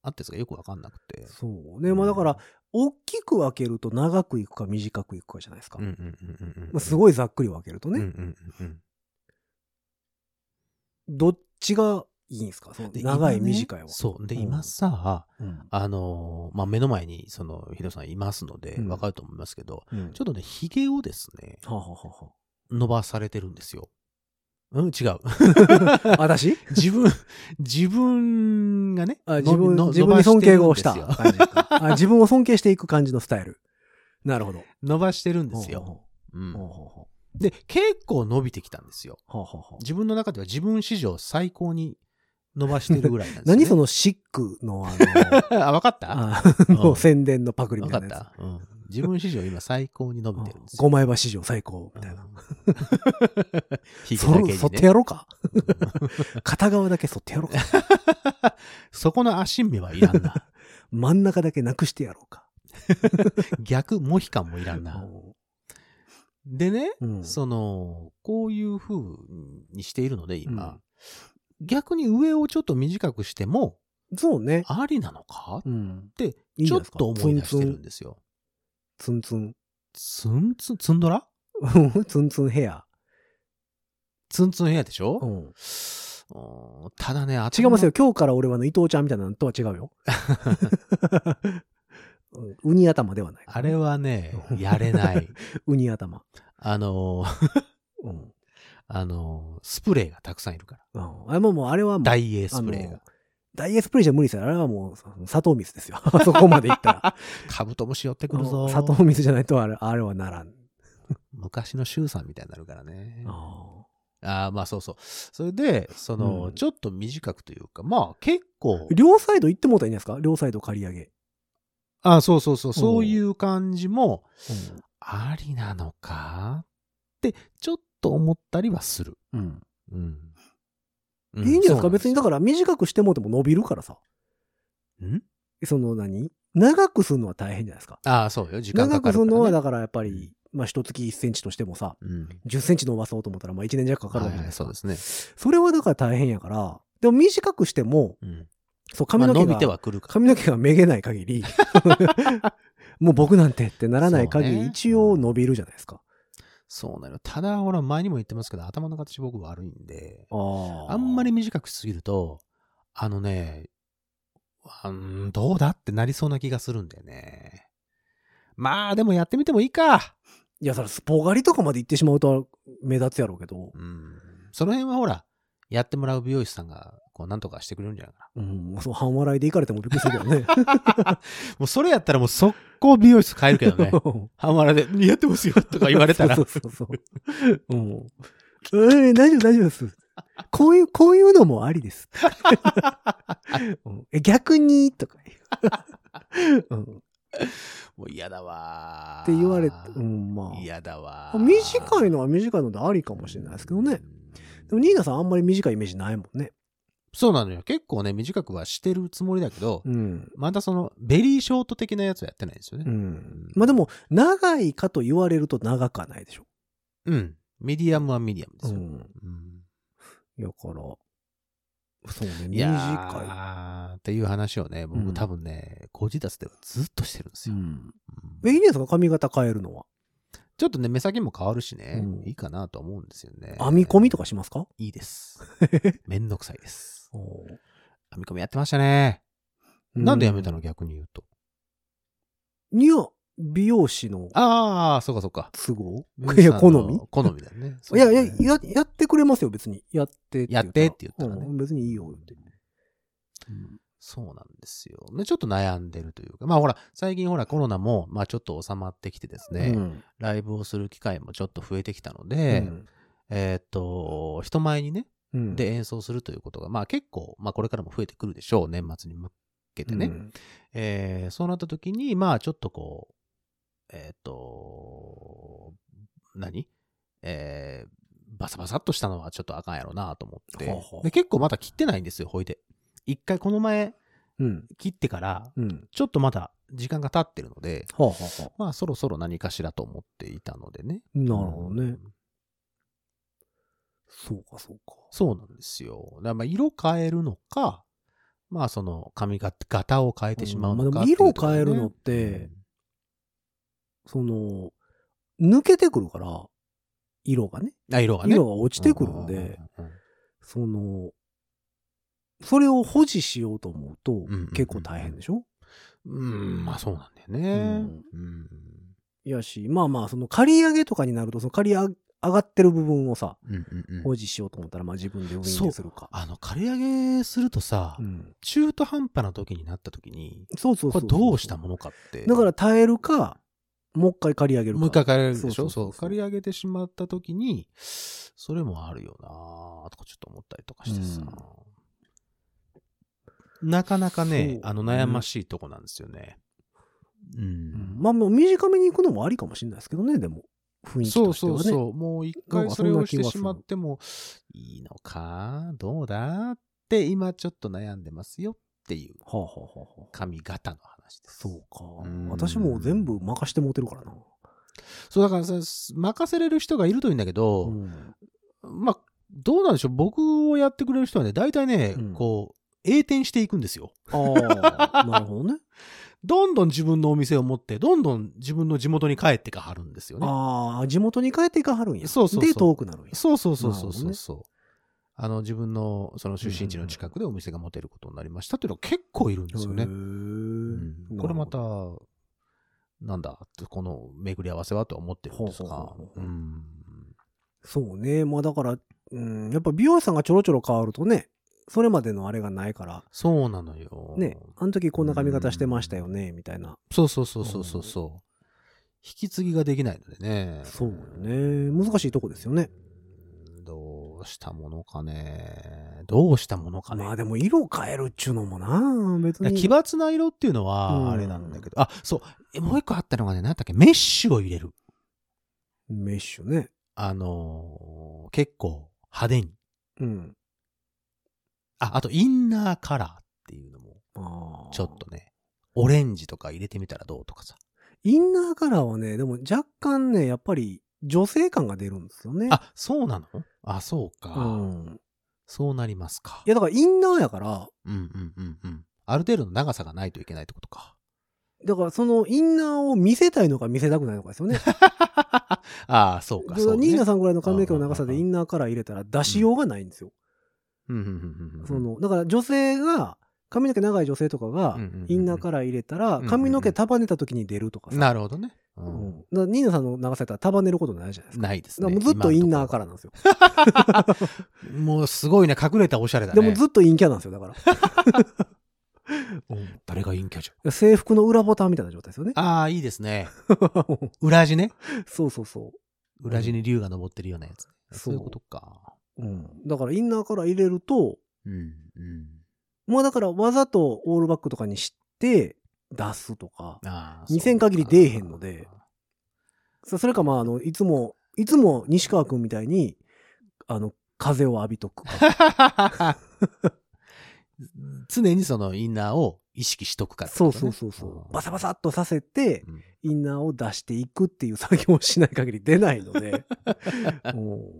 Speaker 3: 合ってるんですかよくわかんなくて。
Speaker 2: そうねまあだから大きく分けると長くいくか短くいくかじゃないですか、
Speaker 3: うんうんうんうんうん。
Speaker 2: まあ、す
Speaker 3: い
Speaker 2: ごいざっくり分けると
Speaker 3: ね。
Speaker 2: ね、
Speaker 3: うんうんうんうん。
Speaker 2: どっちがいいんですかその
Speaker 3: で
Speaker 2: 長い、
Speaker 3: 今ね
Speaker 2: 短いは。
Speaker 3: そう。で、
Speaker 2: うん
Speaker 3: 今さ、
Speaker 2: うん
Speaker 3: あのー、まあ、目の前に、その、ヒロさんいますので
Speaker 2: う、ん
Speaker 3: わかると思いますけど、
Speaker 2: うん
Speaker 3: ちょっとね、髭をですね、
Speaker 2: はあはあは
Speaker 3: 伸ばされてるんですよ。うん、違 *laughs* う。
Speaker 2: あ
Speaker 3: *laughs*
Speaker 2: はあ。私
Speaker 3: 自分、自分がね、
Speaker 2: あ
Speaker 3: の
Speaker 2: 自分
Speaker 3: の
Speaker 2: 自分に尊敬をした
Speaker 3: 伸ばしてるん
Speaker 2: 感じか *laughs* あ自分を尊敬していく感じのスタイル。なるほど。
Speaker 3: 伸ばしてるんですよ。
Speaker 2: ほ
Speaker 3: うん
Speaker 2: うほうほ
Speaker 3: で、結構伸びてきたんですよ。
Speaker 2: う。はあはあはあ
Speaker 3: 自分の中では自分史上最高に伸ばしてるぐらいなんです、
Speaker 2: *laughs*
Speaker 3: ね。
Speaker 2: 何そ
Speaker 3: の
Speaker 2: のシックのあの
Speaker 3: *laughs* あ、わかった
Speaker 2: あ
Speaker 3: うん
Speaker 2: の宣伝のパクリみ
Speaker 3: わ
Speaker 2: た
Speaker 3: か
Speaker 2: い
Speaker 3: っ
Speaker 2: なや
Speaker 3: た、うん自分史上今最高に伸びてるんで
Speaker 2: つ。
Speaker 3: す
Speaker 2: 五
Speaker 3: よ。
Speaker 2: 枚刃史上最高みたいな。
Speaker 3: うん。 *laughs* ひげ
Speaker 2: そ
Speaker 3: だけ
Speaker 2: ろ
Speaker 3: にね
Speaker 2: そってやろうか。 *laughs* 片側だけそってやろうか。
Speaker 3: そこの足目はいら
Speaker 2: *laughs*
Speaker 3: んな。
Speaker 2: 真ん中だけなくしてやろうか。
Speaker 3: 逆モヒカンもいらんな。でね、
Speaker 2: うん
Speaker 3: その、こういう風にしているので今、逆に上をちょっと短くしても、
Speaker 2: そうね。
Speaker 3: ありなのかっ
Speaker 2: うん。
Speaker 3: て、
Speaker 2: いいん
Speaker 3: ち
Speaker 2: じゃ
Speaker 3: ょ
Speaker 2: ない
Speaker 3: っ
Speaker 2: ですか
Speaker 3: と思い出してるんですよ。
Speaker 2: ツンツン。
Speaker 3: ツンツン、ツンドラ
Speaker 2: ツン *laughs* ツンヘア。
Speaker 3: ツンツンヘアでしょ、
Speaker 2: うん。
Speaker 3: うんただね、
Speaker 2: 違
Speaker 3: 違
Speaker 2: いますよ。。今日から俺はあの伊藤ちゃんみたいなのとは違う
Speaker 3: *laughs*
Speaker 2: よ。うんウニ頭ではない。
Speaker 3: あれはね、やれ
Speaker 2: *laughs*
Speaker 3: ない。
Speaker 2: ウニ頭。
Speaker 3: あの、
Speaker 2: うん。
Speaker 3: あの、スプレーがたくさんいるから。
Speaker 2: うんあれもうもうあれはもう、
Speaker 3: ダイエースプレー
Speaker 2: あの
Speaker 3: が。
Speaker 2: ダイエースプレーじゃ無理ですよ。あれはもう、砂糖水ですよ。 *laughs* あそこまで行ったら。
Speaker 3: カブトムシ寄ってくるぞ。
Speaker 2: 砂糖水じゃないとあれあれはならん。
Speaker 3: 昔のシュウさんみたいになるからね。
Speaker 2: あ
Speaker 3: ああ、まあそうそう。それで、その、
Speaker 2: うん
Speaker 3: ちょっと短くというか、まあ結構
Speaker 2: ー、両サイド行ってもうたらいいんじゃないですか両サイド刈り上げ。
Speaker 3: あそうそうそう、そういう感じも、
Speaker 2: うん
Speaker 3: ありなのかって、ちょっと思ったりはする。
Speaker 2: うん。
Speaker 3: うん。
Speaker 2: いい
Speaker 3: う
Speaker 2: んじゃないですか別に、
Speaker 3: そ
Speaker 2: だから短くしてもうても伸びるからさ。
Speaker 3: うなんです
Speaker 2: その何長くするのは大変じゃないですか。
Speaker 3: んああ、そうよ。時間
Speaker 2: 長
Speaker 3: か
Speaker 2: く
Speaker 3: か
Speaker 2: す
Speaker 3: る
Speaker 2: る
Speaker 3: から、ね。
Speaker 2: のは、だからやっぱり、まあ、一月1センチとしてもさ、
Speaker 3: うん。
Speaker 2: 10センチ伸ばそうと思ったら、まあ、1年弱かかるわけ
Speaker 3: はい
Speaker 2: じゃな
Speaker 3: は
Speaker 2: いで
Speaker 3: い
Speaker 2: すか。
Speaker 3: そうですね。
Speaker 2: それはだから大変やから、でも短くしても、
Speaker 3: うん。
Speaker 2: そう、髪の毛
Speaker 3: ま
Speaker 2: が、
Speaker 3: あ伸びてはくるから。
Speaker 2: 髪の毛がめげない限
Speaker 3: *laughs*
Speaker 2: り、もう僕なんてってならない限
Speaker 3: そう
Speaker 2: り、
Speaker 3: ね
Speaker 2: 一応伸びるじゃないですか。
Speaker 3: そうなの。ただ、ほら、前にも言ってますけど、頭の形僕悪いんで、
Speaker 2: あ
Speaker 3: あんまり、短くしすぎると、あのね、あんどうだってなりそうな気がするんだよね。まあ、でもやってみてもいいか。
Speaker 2: いや、それスポ狩りとかまで行ってしまうと目立つやろうけど、
Speaker 3: うん。その辺はほら、やってもらう美容師さんが、こう、なんとかしてくれるんじゃないか
Speaker 2: うん、そう、半笑いで行かれてもびっくりするけどね。
Speaker 3: な。もう、それやったらもう、速攻美容室変える *laughs* け
Speaker 2: *laughs*
Speaker 3: *laughs* どね。半笑いで、やってますよとか言われたら
Speaker 2: そ。うそうそうそう。うん。えー大丈夫、大丈夫です。こういう、こういうのもあり
Speaker 3: *laughs*
Speaker 2: です。うんえ逆に、とか言う、うん。っ
Speaker 3: もう嫌だわー。
Speaker 2: て言われて、うん、まあ。
Speaker 3: 嫌だわー。
Speaker 2: 短いのは短いのでありかもしれないですけどね。でも、ニーナさんあんまり短いイメージないもんね。
Speaker 3: そうなのよ。結構ね、短くはしてるつもりだけど、
Speaker 2: うん。
Speaker 3: またその、ベリーショート的なやつはやってないんですよ
Speaker 2: う
Speaker 3: ね。
Speaker 2: ん。まあでも、長いかと言われると長くはないでしょ。
Speaker 3: うん。ミディアムはミディアムで
Speaker 2: う
Speaker 3: すよ。うん
Speaker 2: ん。だから、そうね、
Speaker 3: いや
Speaker 2: 短
Speaker 3: ーっていう話をね、
Speaker 2: う
Speaker 3: 僕
Speaker 2: ん
Speaker 3: 多分ね、コジダスではずっとしてるんです
Speaker 2: い。う
Speaker 3: よ。
Speaker 2: ん。
Speaker 3: うん
Speaker 2: え、いいですか髪型変えるのは。
Speaker 3: ちょっとね、目先も変わるしね、
Speaker 2: うん
Speaker 3: いいかなと思うんですよね。
Speaker 2: 編み込みと
Speaker 3: か
Speaker 2: かしますか
Speaker 3: い
Speaker 2: *laughs*
Speaker 3: いです。めんどくさいです。編み込みやってましたね。な
Speaker 2: なん
Speaker 3: でやめたの逆に言うと。
Speaker 2: いや、美容師の
Speaker 3: ああ、そうかそうか。
Speaker 2: 都合
Speaker 3: 美
Speaker 2: *laughs* い
Speaker 3: 容師
Speaker 2: や、
Speaker 3: さん
Speaker 2: 好
Speaker 3: の
Speaker 2: み
Speaker 3: 好みだよね。
Speaker 2: *laughs* いやいや、
Speaker 3: そうだね
Speaker 2: や、やってくれますよ、別に。やって
Speaker 3: やってって言ったらね
Speaker 2: うん別にいいよって。
Speaker 3: そうなんですよ。ね、ちょっと悩んでるというか。まあほら、最近ほらコロナも、まあちょっと収まってきてですね、
Speaker 2: うん
Speaker 3: ライブをする機会もちょっと増えてきたので、えーっと、人前にね、
Speaker 2: うん
Speaker 3: で演奏するということが、まあ結構、まあこれからも増えてくるでしょう、年末に向けてね。
Speaker 2: うん
Speaker 3: えーそうなった時に、まあちょっとこう、えーっと、何えーバサバサっとしたのはちょっとあかんやろなと思って、
Speaker 2: ほうほう
Speaker 3: で結構まだ切ってないんですよ、ほいで。一回この前
Speaker 2: うん。
Speaker 3: 切ってから、
Speaker 2: うん。
Speaker 3: ちょっとまだ時間が経ってるので、
Speaker 2: はあはあはあ
Speaker 3: まあそろそろ何かしらと思っていたのでね。
Speaker 2: なるほど
Speaker 3: う
Speaker 2: ね
Speaker 3: ん。。
Speaker 2: そうか、そうか。
Speaker 3: そうなんですよ。だからまあ色変えるのか、まあその髪型型を変えてしまうのか
Speaker 2: うんまあでも色変えるのってその、抜けてくるから、色がね。
Speaker 3: あ色がね。
Speaker 2: 色が落ちてくるん
Speaker 3: う
Speaker 2: で、
Speaker 3: うんうんうん
Speaker 2: その、それを保持しようと思うと
Speaker 3: んうんうん、
Speaker 2: 結構大変でしょ
Speaker 3: うん、うんまあそうなんだよね。うん。
Speaker 2: いやし、まあまあ、その借り上げとかになると、その借り上がってる部分をさ、
Speaker 3: うんうんうん
Speaker 2: 保持しようと思ったら、まあ自分で運営するか。
Speaker 3: あの、刈り上げするとさ、
Speaker 2: うん
Speaker 3: 中途半端な時になった時に、
Speaker 2: そうそう
Speaker 3: こ
Speaker 2: そう
Speaker 3: れ
Speaker 2: そう。
Speaker 3: どうしたものかって。
Speaker 2: だから耐えるか、もう一回借り上げるか。
Speaker 3: もう一回借り上げるでしょ
Speaker 2: そ
Speaker 3: そう
Speaker 2: そうそう
Speaker 3: う。借り上げてしまった時に、それもあるよなぁとかちょっと思ったりとかしてさ。なかなか
Speaker 2: そう
Speaker 3: ね、あの悩ま
Speaker 2: い。
Speaker 3: しいとこなんですよね。う
Speaker 2: うん
Speaker 3: ん。
Speaker 2: まあもう短めに行くのもありかもしれないですけどね、でも。雰囲気
Speaker 3: そ
Speaker 2: と
Speaker 3: う
Speaker 2: して
Speaker 3: そ
Speaker 2: はね。
Speaker 3: うそう。もう一
Speaker 2: なん
Speaker 3: 回
Speaker 2: か
Speaker 3: そ
Speaker 2: そん
Speaker 3: れ
Speaker 2: な
Speaker 3: をし
Speaker 2: 気
Speaker 3: て
Speaker 2: がす
Speaker 3: し
Speaker 2: る
Speaker 3: まってもいいのかどうだって今ちょっと悩んでますよっていう
Speaker 2: はあはあはあはあ。
Speaker 3: 髪型の話です。
Speaker 2: そうか
Speaker 3: ん。
Speaker 2: 私もう全部任してもうてるからな。
Speaker 3: そうだからさ、任せれる人がいるといいんだけど、
Speaker 2: うん
Speaker 3: まあ、どうなんでしょう。僕をやってくれる人はね、大体ね、
Speaker 2: うん
Speaker 3: こう、栄転していくんですよ。
Speaker 2: ああ、
Speaker 3: *laughs*
Speaker 2: なるほどね。
Speaker 3: どんどん自分のお店を持って、どんどん自分の地元に帰ってかはるんですよね。
Speaker 2: ああ、地元に帰っていかはるんや。
Speaker 3: そうそうそう
Speaker 2: で、遠くなるんや。
Speaker 3: そうそうそうそう
Speaker 2: な
Speaker 3: そ
Speaker 2: る
Speaker 3: うそう。あの、自分の、その出身地の近くでお店が持てることになりましたっていうのは結構いるんですよね
Speaker 2: へ。ー
Speaker 3: うんこれまた、なんだ、この巡り合わせはとは思ってるんです
Speaker 2: ほう
Speaker 3: が
Speaker 2: ほうほう。ほ
Speaker 3: う
Speaker 2: うんそうね。まあだから、うん、やっぱ美容師さんがちょろちょろ変わるとね、それまでのあれがないから、
Speaker 3: そうなのよ。
Speaker 2: ね、あの時こんな髪型してましたよね、みたいな。
Speaker 3: そうそうそうそうそうそう。引き継ぎができないのでね。
Speaker 2: そうよね。難しいとこですよね。
Speaker 3: うん。どうしたものかね。どうしたものかね。
Speaker 2: まあでも色変えるっちゅうのもな、別に。
Speaker 3: 奇抜な色っていうの
Speaker 2: うん
Speaker 3: は、あれなんだけど。あ、そう。えもう一個あったのがね、なんだっけ、メッシュを入れる。
Speaker 2: メッシュね。
Speaker 3: あのー結構派手に。
Speaker 2: うん。
Speaker 3: あ、あとインナーカラーっていうのも、ち
Speaker 2: ち
Speaker 3: ょっ。とね、オレンジとか入れてみたらどうとかさ。
Speaker 2: インナーカラーはね、でも若干ね、やっぱり女性感が出るんですよね。
Speaker 3: あ、そうなのあ、そうか。
Speaker 2: うん。
Speaker 3: そうなりますか
Speaker 2: い。や、だからインナーやから、
Speaker 3: うんうんうんうん。ある程度の長さがないといけないってこ
Speaker 2: *laughs*
Speaker 3: とか。
Speaker 2: だからそのインナーを見せたいのか見せたくないのかですよね。
Speaker 3: ああ、そうか、
Speaker 2: だか
Speaker 3: そ
Speaker 2: ら
Speaker 3: う、
Speaker 2: ニーナ
Speaker 3: ね。
Speaker 2: さんぐらいの髪の毛の長さでインナーカラー入れたら出しようがないんですよ。
Speaker 3: うんうんうんうん
Speaker 2: その、だから女性が、髪の毛長い女性とかが
Speaker 3: うんうんうんうん、
Speaker 2: インナーカラー入れたら、
Speaker 3: うんうん
Speaker 2: 髪の毛束ねた時に出るとかさ。
Speaker 3: なるほどね。う
Speaker 2: うんん。だからニーナさんの長さやったら束ねることないじゃないですか。
Speaker 3: ないです
Speaker 2: だ
Speaker 3: ね。
Speaker 2: からもうずっとインナーカ
Speaker 3: から
Speaker 2: ラーなんですよ。
Speaker 3: もうすごいね、隠れたおしゃれだね。
Speaker 2: でもずっと陰キャなんですよ、だから。
Speaker 3: うん誰が陰キャじ
Speaker 2: 制服の裏ボタンみたいな状態ですよね
Speaker 3: ゃ。ん。ああ、いいで
Speaker 2: *laughs*
Speaker 3: すね。裏地ね。
Speaker 2: そうそうそ
Speaker 3: 裏地に竜が登ってるようなやつ。
Speaker 2: そう
Speaker 3: そういうことか。
Speaker 2: う。うん。だからインナーカラー入れると、
Speaker 3: うん、うん。
Speaker 2: まあだからわざとオールバックとかにして出すとか。
Speaker 3: ああ。
Speaker 2: 二千限り出えへんのでそそれかまあ、あの、いつも、いつも西川くんみたいに、あの、風を浴びとくか。
Speaker 3: *laughs* そうか。 *laughs* 常にそのインナーを意識しとくから、
Speaker 2: そうそうそうそう。バサバサっとさせて、
Speaker 3: うん
Speaker 2: インナーを出していくっていう作業をしない限り出ないの
Speaker 3: *laughs*
Speaker 2: で、もう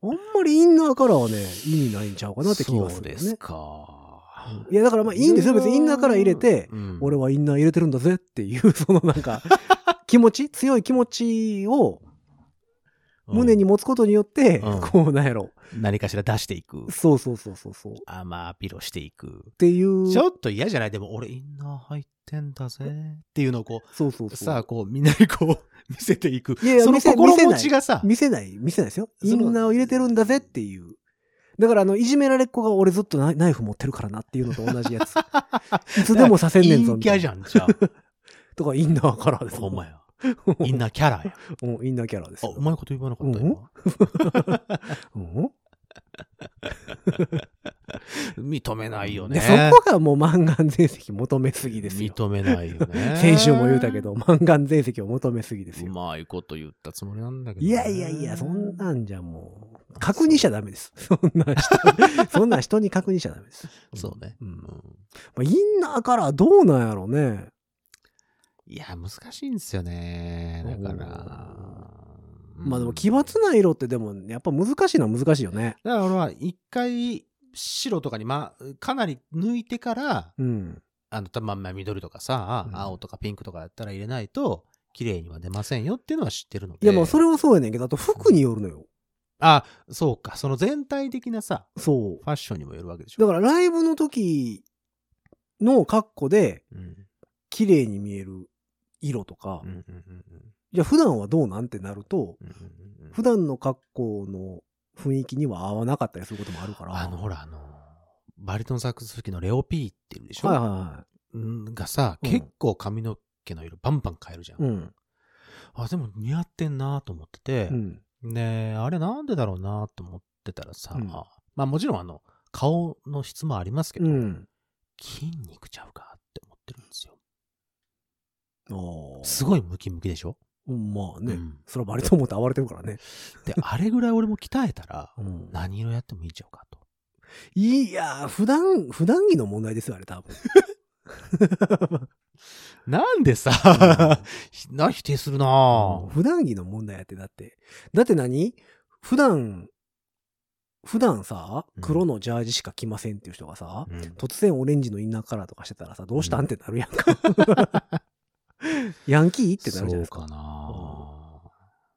Speaker 2: あんまりインナーカラーはね、意味ないんちゃうかなって気がする、ね。
Speaker 3: そうですか。
Speaker 2: いや、だからまあいいんですよ。別にインナーカラー入れて、
Speaker 3: うん
Speaker 2: 俺はインナー入れてるんだぜっていう、 *laughs* そのなん
Speaker 3: *laughs*
Speaker 2: か、気持ち、強い気持ちを胸に持つことによって、
Speaker 3: うん
Speaker 2: こう、なんやろ。
Speaker 3: うん何かしら出していく。
Speaker 2: そうそうそうそうそう。っ
Speaker 3: あまあ、アピールをしていく。
Speaker 2: ていう。
Speaker 3: ちょっと嫌じゃないでも俺インナー入ってんだぜっていうのをこ
Speaker 2: そうそう
Speaker 3: う、
Speaker 2: そう。
Speaker 3: さあこうみんなにこう見せていく。
Speaker 2: いやいや
Speaker 3: その
Speaker 2: 見せ
Speaker 3: 心
Speaker 2: 見せない
Speaker 3: 持ちがさ、
Speaker 2: 見せない、見せないですよ。イ
Speaker 3: その
Speaker 2: ンナーを入れてるんだぜっていう。だから、あの、いじめられっ子が俺ずっとナナイフ持ってるからなっていうのと同じや
Speaker 3: *laughs*
Speaker 2: つ。 *laughs* いつでもさせんねんぞ
Speaker 3: 陰
Speaker 2: み
Speaker 3: キ
Speaker 2: た
Speaker 3: ャ
Speaker 2: い
Speaker 3: じ
Speaker 2: な。
Speaker 3: ゃん、
Speaker 2: *laughs*
Speaker 3: じゃ
Speaker 2: とか、インナーカラーです
Speaker 3: あ。
Speaker 2: もん。
Speaker 3: お前は。インナーキャラや。
Speaker 2: うんインナーキャラーです
Speaker 3: あ、
Speaker 2: よ。
Speaker 3: うまいこと言わなかった今。
Speaker 2: うん
Speaker 3: 認めないよ
Speaker 2: で
Speaker 3: ね。
Speaker 2: そこがもう満願全席求めすぎですよ。
Speaker 3: 認めないよ
Speaker 2: *laughs*
Speaker 3: ね。
Speaker 2: 先週も言うたけ。ど、満願全席を求めすぎです
Speaker 3: う
Speaker 2: よ。
Speaker 3: まいこと言ったつもりなんだけどね。
Speaker 2: いやいやいや、そんなんじゃもう、確認しちゃダメです。そんな人、
Speaker 3: *laughs*
Speaker 2: そんな人に確認しちゃダメです。
Speaker 3: そうね。
Speaker 2: うん
Speaker 3: うん
Speaker 2: まあ、インナーカラーどうなんやろうね。
Speaker 3: いや、難しいんですよね。だから。
Speaker 2: まあでも奇
Speaker 3: だか
Speaker 2: 抜な色ってでもやっぱ難しいのは難しいよね。
Speaker 3: ら俺は一回、白とかに、まあ、かなり抜いてから、
Speaker 2: うん。
Speaker 3: あの、たまんま緑とかさ、
Speaker 2: うん
Speaker 3: 青とかピンクとかやったら入れないと、綺麗には出ませんよっていうのは知ってるの
Speaker 2: い
Speaker 3: で。
Speaker 2: やまあそれはそうやねんけど、あと服によるのよ。
Speaker 3: あ、そうか。その全体的なさ、
Speaker 2: そう。
Speaker 3: ファッションにもよるわけでし
Speaker 2: だ
Speaker 3: ょ。
Speaker 2: からライブの時の格好で
Speaker 3: うん
Speaker 2: 綺麗に見える色とか
Speaker 3: うん、うんうんうん
Speaker 2: じゃあ普段はどうなんってなると、
Speaker 3: うんうんうん
Speaker 2: 普段の格好の雰囲気には合わなかったりすることもあるから。
Speaker 3: あの、ほら、あの、バリトンサックス吹きのレオピーっていうでしょ、
Speaker 2: はいはいは
Speaker 3: うんがさ、
Speaker 2: うん
Speaker 3: 結構髪の毛の色バンバン変えるじゃん。
Speaker 2: い。うん。
Speaker 3: あ、でも似合ってんなと思ってて、
Speaker 2: うん。
Speaker 3: ねえあれなんでだろうなと思ってたらさ、
Speaker 2: うん
Speaker 3: まあもちろんあの、顔の質もありますけど、
Speaker 2: うん。
Speaker 3: 筋肉ちゃうかって思ってるんですよ。
Speaker 2: ああ。
Speaker 3: すごいムキムキでしょ
Speaker 2: まあね。
Speaker 3: うん
Speaker 2: それはバリトン持って暴れてるからね。
Speaker 3: で、あれぐらい俺も鍛えたら、
Speaker 2: うん
Speaker 3: 何色やってもいいんちゃうかと。
Speaker 2: いやー、普段、普段着の問題ですよ、あれ多
Speaker 3: *laughs*
Speaker 2: 分。
Speaker 3: なんで *laughs* さ、な否定するなぁ、
Speaker 2: 普段着の問題やって、だって。だって何普段、普段さ
Speaker 3: うん、
Speaker 2: 黒のジャージしか着ませんっていう人がさ、
Speaker 3: うん
Speaker 2: 突然オレンジのインナーカラーとかしてたらさ、どうしたんってなるやんか。 *laughs* ヤンキーってなるじゃないですか。
Speaker 3: そうかな、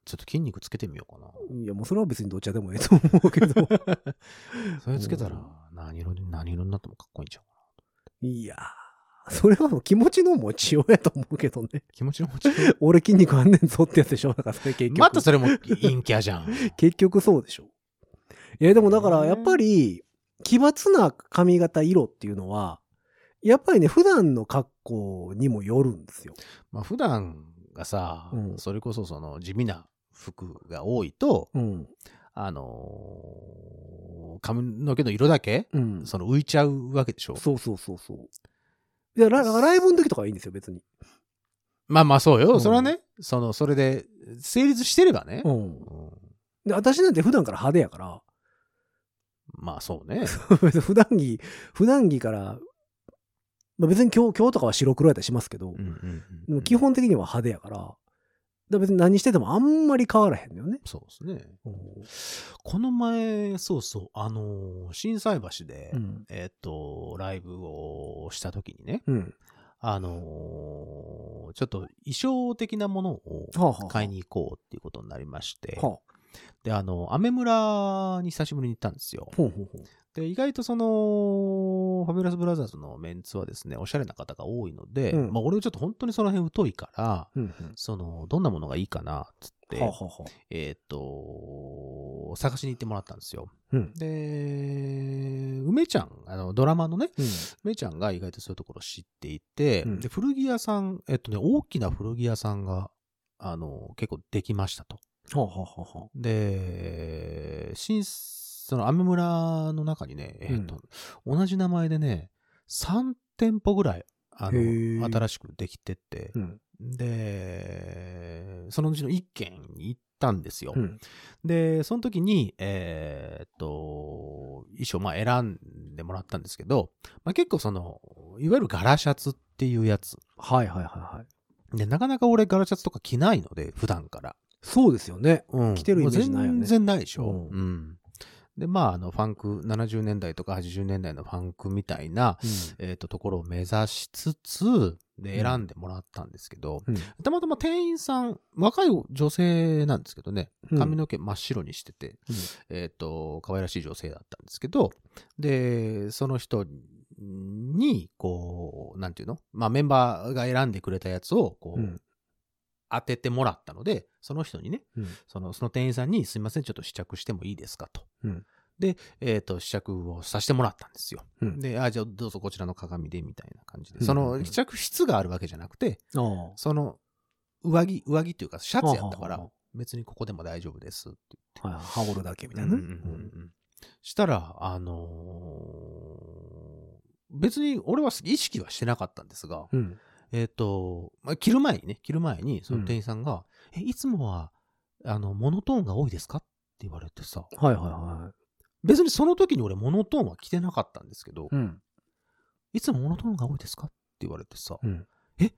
Speaker 3: ちょっと筋肉つけてみようか
Speaker 2: いや、もうそれは別にどっちでもええと思うけ
Speaker 3: *laughs*
Speaker 2: ど。
Speaker 3: な。それつけたら
Speaker 2: う
Speaker 3: 何色に、何色になってもかっこいいんちゃうか
Speaker 2: いやー、それはもう気持ちの持ちようやと思うけどね。
Speaker 3: な。気持ちの持ちよう
Speaker 2: 俺筋肉あんねんぞってやつでしょだからそれ結局。
Speaker 3: *laughs* またそれも陰キャじゃ
Speaker 2: *laughs*
Speaker 3: ん。
Speaker 2: 結局そうでしょ。いや、でもだからやっぱり、奇抜な髪型色っていうのは、やっぱりね、普段の格好にもよるんですよ。
Speaker 3: まあ普段がさ、
Speaker 2: うん
Speaker 3: それこそその地味な服が多いと、
Speaker 2: うん。
Speaker 3: あのー髪の毛の色だけ、
Speaker 2: うん。
Speaker 3: その浮いちゃうわけでしょ。
Speaker 2: そうそうそうそう。いや、ラライブの時とかはいいんですよ、別に。
Speaker 3: まあまあそうよ。
Speaker 2: うん
Speaker 3: それはね、その、それで成立してればね。
Speaker 2: うん。
Speaker 3: うん
Speaker 2: で、私なんて普段から派手やから、 *laughs*
Speaker 3: まあそうね。
Speaker 2: 別に普段着、普段着から、まあ、別に今日、今日とかは白黒やったりしますけど、
Speaker 3: うんうんうん
Speaker 2: でも基本的には派手やから、だから別に何しててもあんまり変わらへんのよね。
Speaker 3: そうですね。この前、そうそう、あのー、心斎橋で、
Speaker 2: うん。
Speaker 3: えっと、ライブをした時にね、
Speaker 2: うん。
Speaker 3: あのーちょっと衣装的なものを
Speaker 2: はあはあ
Speaker 3: 買いに行こうっていうことになりまして、
Speaker 2: はあ。
Speaker 3: で、あの、アメ村に久しぶりに行ったんですよ。
Speaker 2: ほうほうほう。
Speaker 3: で、意外とその、ファビュラスブラザーズのメンツはですね、おしゃれな方が多いので、
Speaker 2: うん
Speaker 3: まあ俺ちょっと本当にその辺疎いから、
Speaker 2: うんうん。
Speaker 3: その、どんなものがいいかな、つって、
Speaker 2: はあはあはあ。
Speaker 3: えーっ、と、探しに行ってもらったんですよ。
Speaker 2: うん。
Speaker 3: で、梅ちゃん、あの、ドラマのね、梅ちゃんが意外とそういうところを知っていて、
Speaker 2: うん
Speaker 3: で、古着屋さん、えっとね、大きな古着屋さんが、あの、結構できましたと。
Speaker 2: はあはあはあはあ。
Speaker 3: で、新、その、アメ村の中にね、えっと、同じ名前でね、3店舗ぐらい、あ
Speaker 2: へー
Speaker 3: の、新しくできてって、
Speaker 2: うん。
Speaker 3: で、そのうちの1軒に行ったんですよ。
Speaker 2: うん。
Speaker 3: で、その時に、えーっと、衣装、まあ、選んでもらったんですけど、まあ、結構その、いわゆるガラシャツっていうやつ。
Speaker 2: はいはいはいはい。
Speaker 3: で、なかなか俺ガラシャツとか着ないので、普段から。
Speaker 2: そうですよね。
Speaker 3: うん
Speaker 2: 着てるイメージないよね
Speaker 3: もう全然ないでしょ。
Speaker 2: うん
Speaker 3: うんで、まあ、あの、ファンク、70年代とか80年代のファンクみたいな、えーっと、ところを目指しつつ、で、
Speaker 2: うん
Speaker 3: 選んでもらったんですけど、
Speaker 2: うん。
Speaker 3: たまたま店員さん、若い女性なんですけどね、
Speaker 2: うん
Speaker 3: 髪の毛真っ白にしてて、
Speaker 2: うん
Speaker 3: えっ、と、可愛らしい女性だったんですけど、で、その人に、こう、なんていうのまあ、メンバーが選んでくれたやつを、こう、
Speaker 2: うん
Speaker 3: 当ててもらったので、その人にね、
Speaker 2: うん
Speaker 3: その、その店員さんに、すいません、ちょっと試着してもいいですかと。
Speaker 2: うん
Speaker 3: で、えっ、と、試着をさせてもらったんですよ。
Speaker 2: うん
Speaker 3: で、あ、じゃあどうぞこちらの鏡で、みたいな感じで。
Speaker 2: うん
Speaker 3: その、試着室があるわけじゃなくて、
Speaker 2: ああ。
Speaker 3: その、上着、上着っていうか、シャツやっ
Speaker 2: は
Speaker 3: たか
Speaker 2: あはあ
Speaker 3: ら
Speaker 2: は、
Speaker 3: 別にここでも大丈夫ですって
Speaker 2: はいはい、羽織るだけみ
Speaker 3: み
Speaker 2: た
Speaker 3: た
Speaker 2: い
Speaker 3: い
Speaker 2: な
Speaker 3: な
Speaker 2: ね。
Speaker 3: ね。したら、あのー別に俺は意識はしてなかったんですが、
Speaker 2: うん。
Speaker 3: えっ、と、まあ、着る前にね、着る前に、その店員さんが、え、いつもは、あの、モノトーンが多いですかって言われてさ、
Speaker 2: はいはいは
Speaker 3: 別にその時に俺モノトーンは着てなかったんですけど、
Speaker 2: い。うん。
Speaker 3: いつもモノトーンが多いですかって言われてさ、
Speaker 2: うん
Speaker 3: え、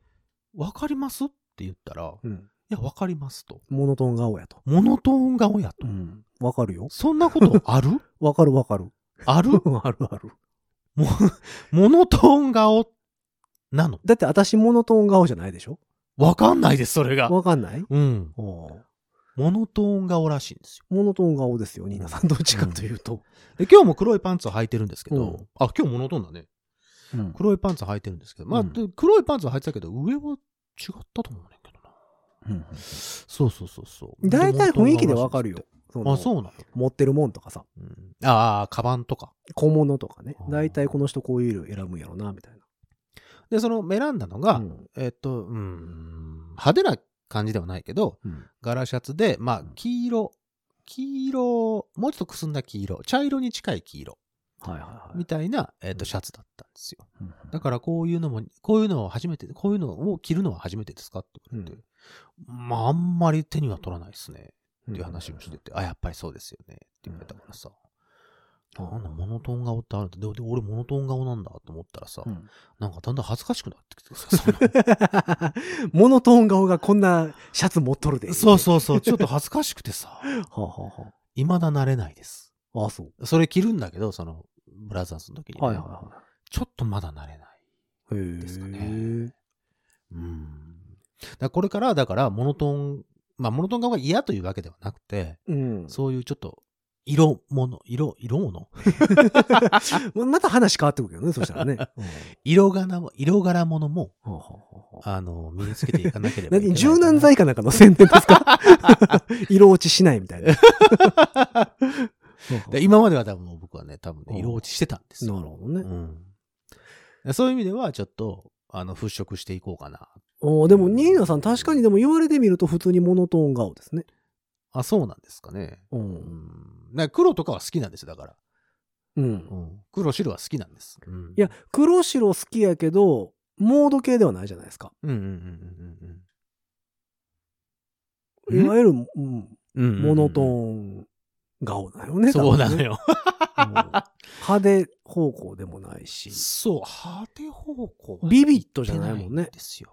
Speaker 3: わかりますって言ったら、い
Speaker 2: うん。
Speaker 3: や、わかりますと。
Speaker 2: モノトーン顔やと。
Speaker 3: モノトーン顔やと。
Speaker 2: ん。わかるよ。
Speaker 3: そんなことある
Speaker 2: わかるわかる。
Speaker 3: ある
Speaker 2: *laughs* あるある。
Speaker 3: もモノトーン顔なの
Speaker 2: だって私モノトーン顔じゃないでしょ
Speaker 3: わかんないです、それが。
Speaker 2: わかんない
Speaker 3: うん。
Speaker 2: おう
Speaker 3: モノトーン顔らしいんですよ。
Speaker 2: モノトーン顔ですよ、ニーナさん。どっちかというと。
Speaker 3: で、今日も黒いパンツを履いてるんですけど、
Speaker 2: うん
Speaker 3: あ、今日モノトーンだね。
Speaker 2: うん
Speaker 3: 黒いパンツ履いてるんですけど、まあ、
Speaker 2: うん
Speaker 3: で黒いパンツは履いてたけど、上は違ったと思うねんけどな。そうそうそうそう。
Speaker 2: 大体雰囲気でわかるよ。
Speaker 3: モノトーン顔らしいんですよ。あ、
Speaker 2: の
Speaker 3: そうなの、
Speaker 2: 持ってるもんとかさ、
Speaker 3: うんああ、カバンとか。
Speaker 2: 小物とかね
Speaker 3: あ。ー
Speaker 2: 大体この人こういう色選ぶんやろな、みたい
Speaker 3: で、その選んだの
Speaker 2: な。
Speaker 3: が、
Speaker 2: うん
Speaker 3: えっと、うん、派手な感じではないけど、
Speaker 2: うん
Speaker 3: ガラシャツで、まあ、黄色、黄色、もうちょっとくすんだ黄色、茶色に近い黄色、
Speaker 2: はいはいはい
Speaker 3: みたいな、えっ、
Speaker 2: う
Speaker 3: と、
Speaker 2: ん
Speaker 3: シャツだったんですよ。
Speaker 2: うん。
Speaker 3: だから、こういうのも、こういうのを初めて、こういうのを着るのは初めてですかって言われて、まあ、あんまり手には取らないですね、っていう話をしてて、あ、やっぱりそうですよね、って言われたからさ、
Speaker 2: うん
Speaker 3: あなんだ、モノトーン顔ってあるんだ。で、で俺、モノトーン顔なんだと思ったらさ、
Speaker 2: うん
Speaker 3: なんかだんだん恥ずかしくなってきてさ、その
Speaker 2: *laughs* モノトーン顔がこんなシャツ持っとるで。
Speaker 3: そうそうそう、ちょっと恥ずかしくてさ、
Speaker 2: はあはあは
Speaker 3: 未だ慣れないです。
Speaker 2: あ。ああ、そう。
Speaker 3: それ着るんだけど、その、ブラザーズの時にね、
Speaker 2: はいはいはい。
Speaker 3: ちょっとまだ慣れない。
Speaker 2: へえ
Speaker 3: ですかね。うん。だからこれから、だから、モノトーン、まあ、モノトーン顔が嫌というわけではなくて、
Speaker 2: うん。
Speaker 3: そういうちょっと、色物、色、色物
Speaker 2: また話変わってくるけどね、そしたら *laughs* ね。
Speaker 3: 色柄も、色柄物も、
Speaker 2: はあはあはあ
Speaker 3: あの、身につけていかなければいけな
Speaker 2: 何 *laughs*
Speaker 3: い。
Speaker 2: 柔軟剤かなんかの宣伝ですか *laughs* 色落ちしないみ *laughs* たいな。はあはあ
Speaker 3: で今までは多分僕はね、多分
Speaker 2: うん
Speaker 3: ね、色落ちしてたんですよ。
Speaker 2: *laughs* なるほどね。
Speaker 3: うん。そういう意味では、ちょっと、あの、払拭していこうかな。
Speaker 2: おーでも、ニーナさん確かにでも言われてみると普通にモノトーン顔ですね。
Speaker 3: あ、そうなんですかね。
Speaker 2: う。
Speaker 3: うんん。だから黒とかは好きなんですよ、だから。
Speaker 2: うん。
Speaker 3: うん、黒白は好きなんです。うん
Speaker 2: いや、、黒白好きやけど、モード系ではないじゃないですか。
Speaker 3: うんうんうんうんうんうん
Speaker 2: いわゆる、うん
Speaker 3: うんうんうん。
Speaker 2: モノトーン顔なのね。
Speaker 3: そうなの
Speaker 2: ね。
Speaker 3: よ。
Speaker 2: うん派手方向でもないし。
Speaker 3: そう、派手方向は
Speaker 2: ビビッドじゃないもんね
Speaker 3: 行っていですよ。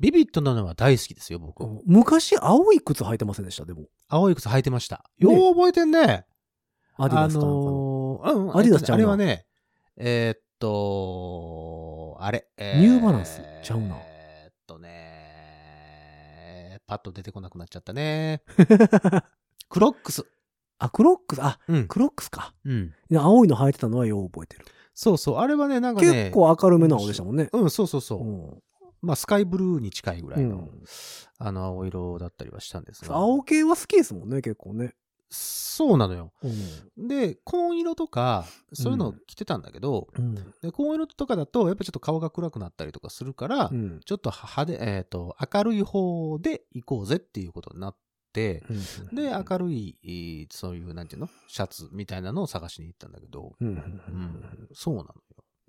Speaker 3: ビビッドなのは大好きですよ、僕。
Speaker 2: うん昔、青い靴履いてませんでした、でも。
Speaker 3: 青い靴履いてました。
Speaker 2: ね
Speaker 3: よう覚えてんね。
Speaker 2: アディダスかなんかの
Speaker 3: あのーうん、
Speaker 2: アディダスちゃうな
Speaker 3: あれはね、えーっと、あれ、え
Speaker 2: ニューバランスちゃうな
Speaker 3: えーっとね、パッと出てこなくなっちゃった *laughs* ね。クロックス。
Speaker 2: あ、クロックス、あ、
Speaker 3: うん。
Speaker 2: クロックスか。
Speaker 3: うん。
Speaker 2: 青いの履いてたのはよう覚えてる。
Speaker 3: そうそう、あれはね、なんかね、
Speaker 2: 結構明るめな青でしたもんね。
Speaker 3: うん、そうそうそう。
Speaker 2: うん
Speaker 3: まあ、スカイブルーに近いぐらい
Speaker 2: う
Speaker 3: の、
Speaker 2: ん
Speaker 3: あの、青色だったりはしたんですが。
Speaker 2: 青系は好きですもんね、結構ね。
Speaker 3: そうなのよ。
Speaker 2: うん
Speaker 3: で、紺色とか、そういうのを着てたんだけど、
Speaker 2: うん
Speaker 3: で紺色とかだと、やっぱちょっと顔が暗くなったりとかするから、
Speaker 2: うん
Speaker 3: ちょっと派手、えっ、と、明るい方で行こうぜっていうことになって、で、明るい、えーそういう、なんていうのシャツみたいなのを探しに行ったんだけど、
Speaker 2: うん
Speaker 3: うん、そうなのよ。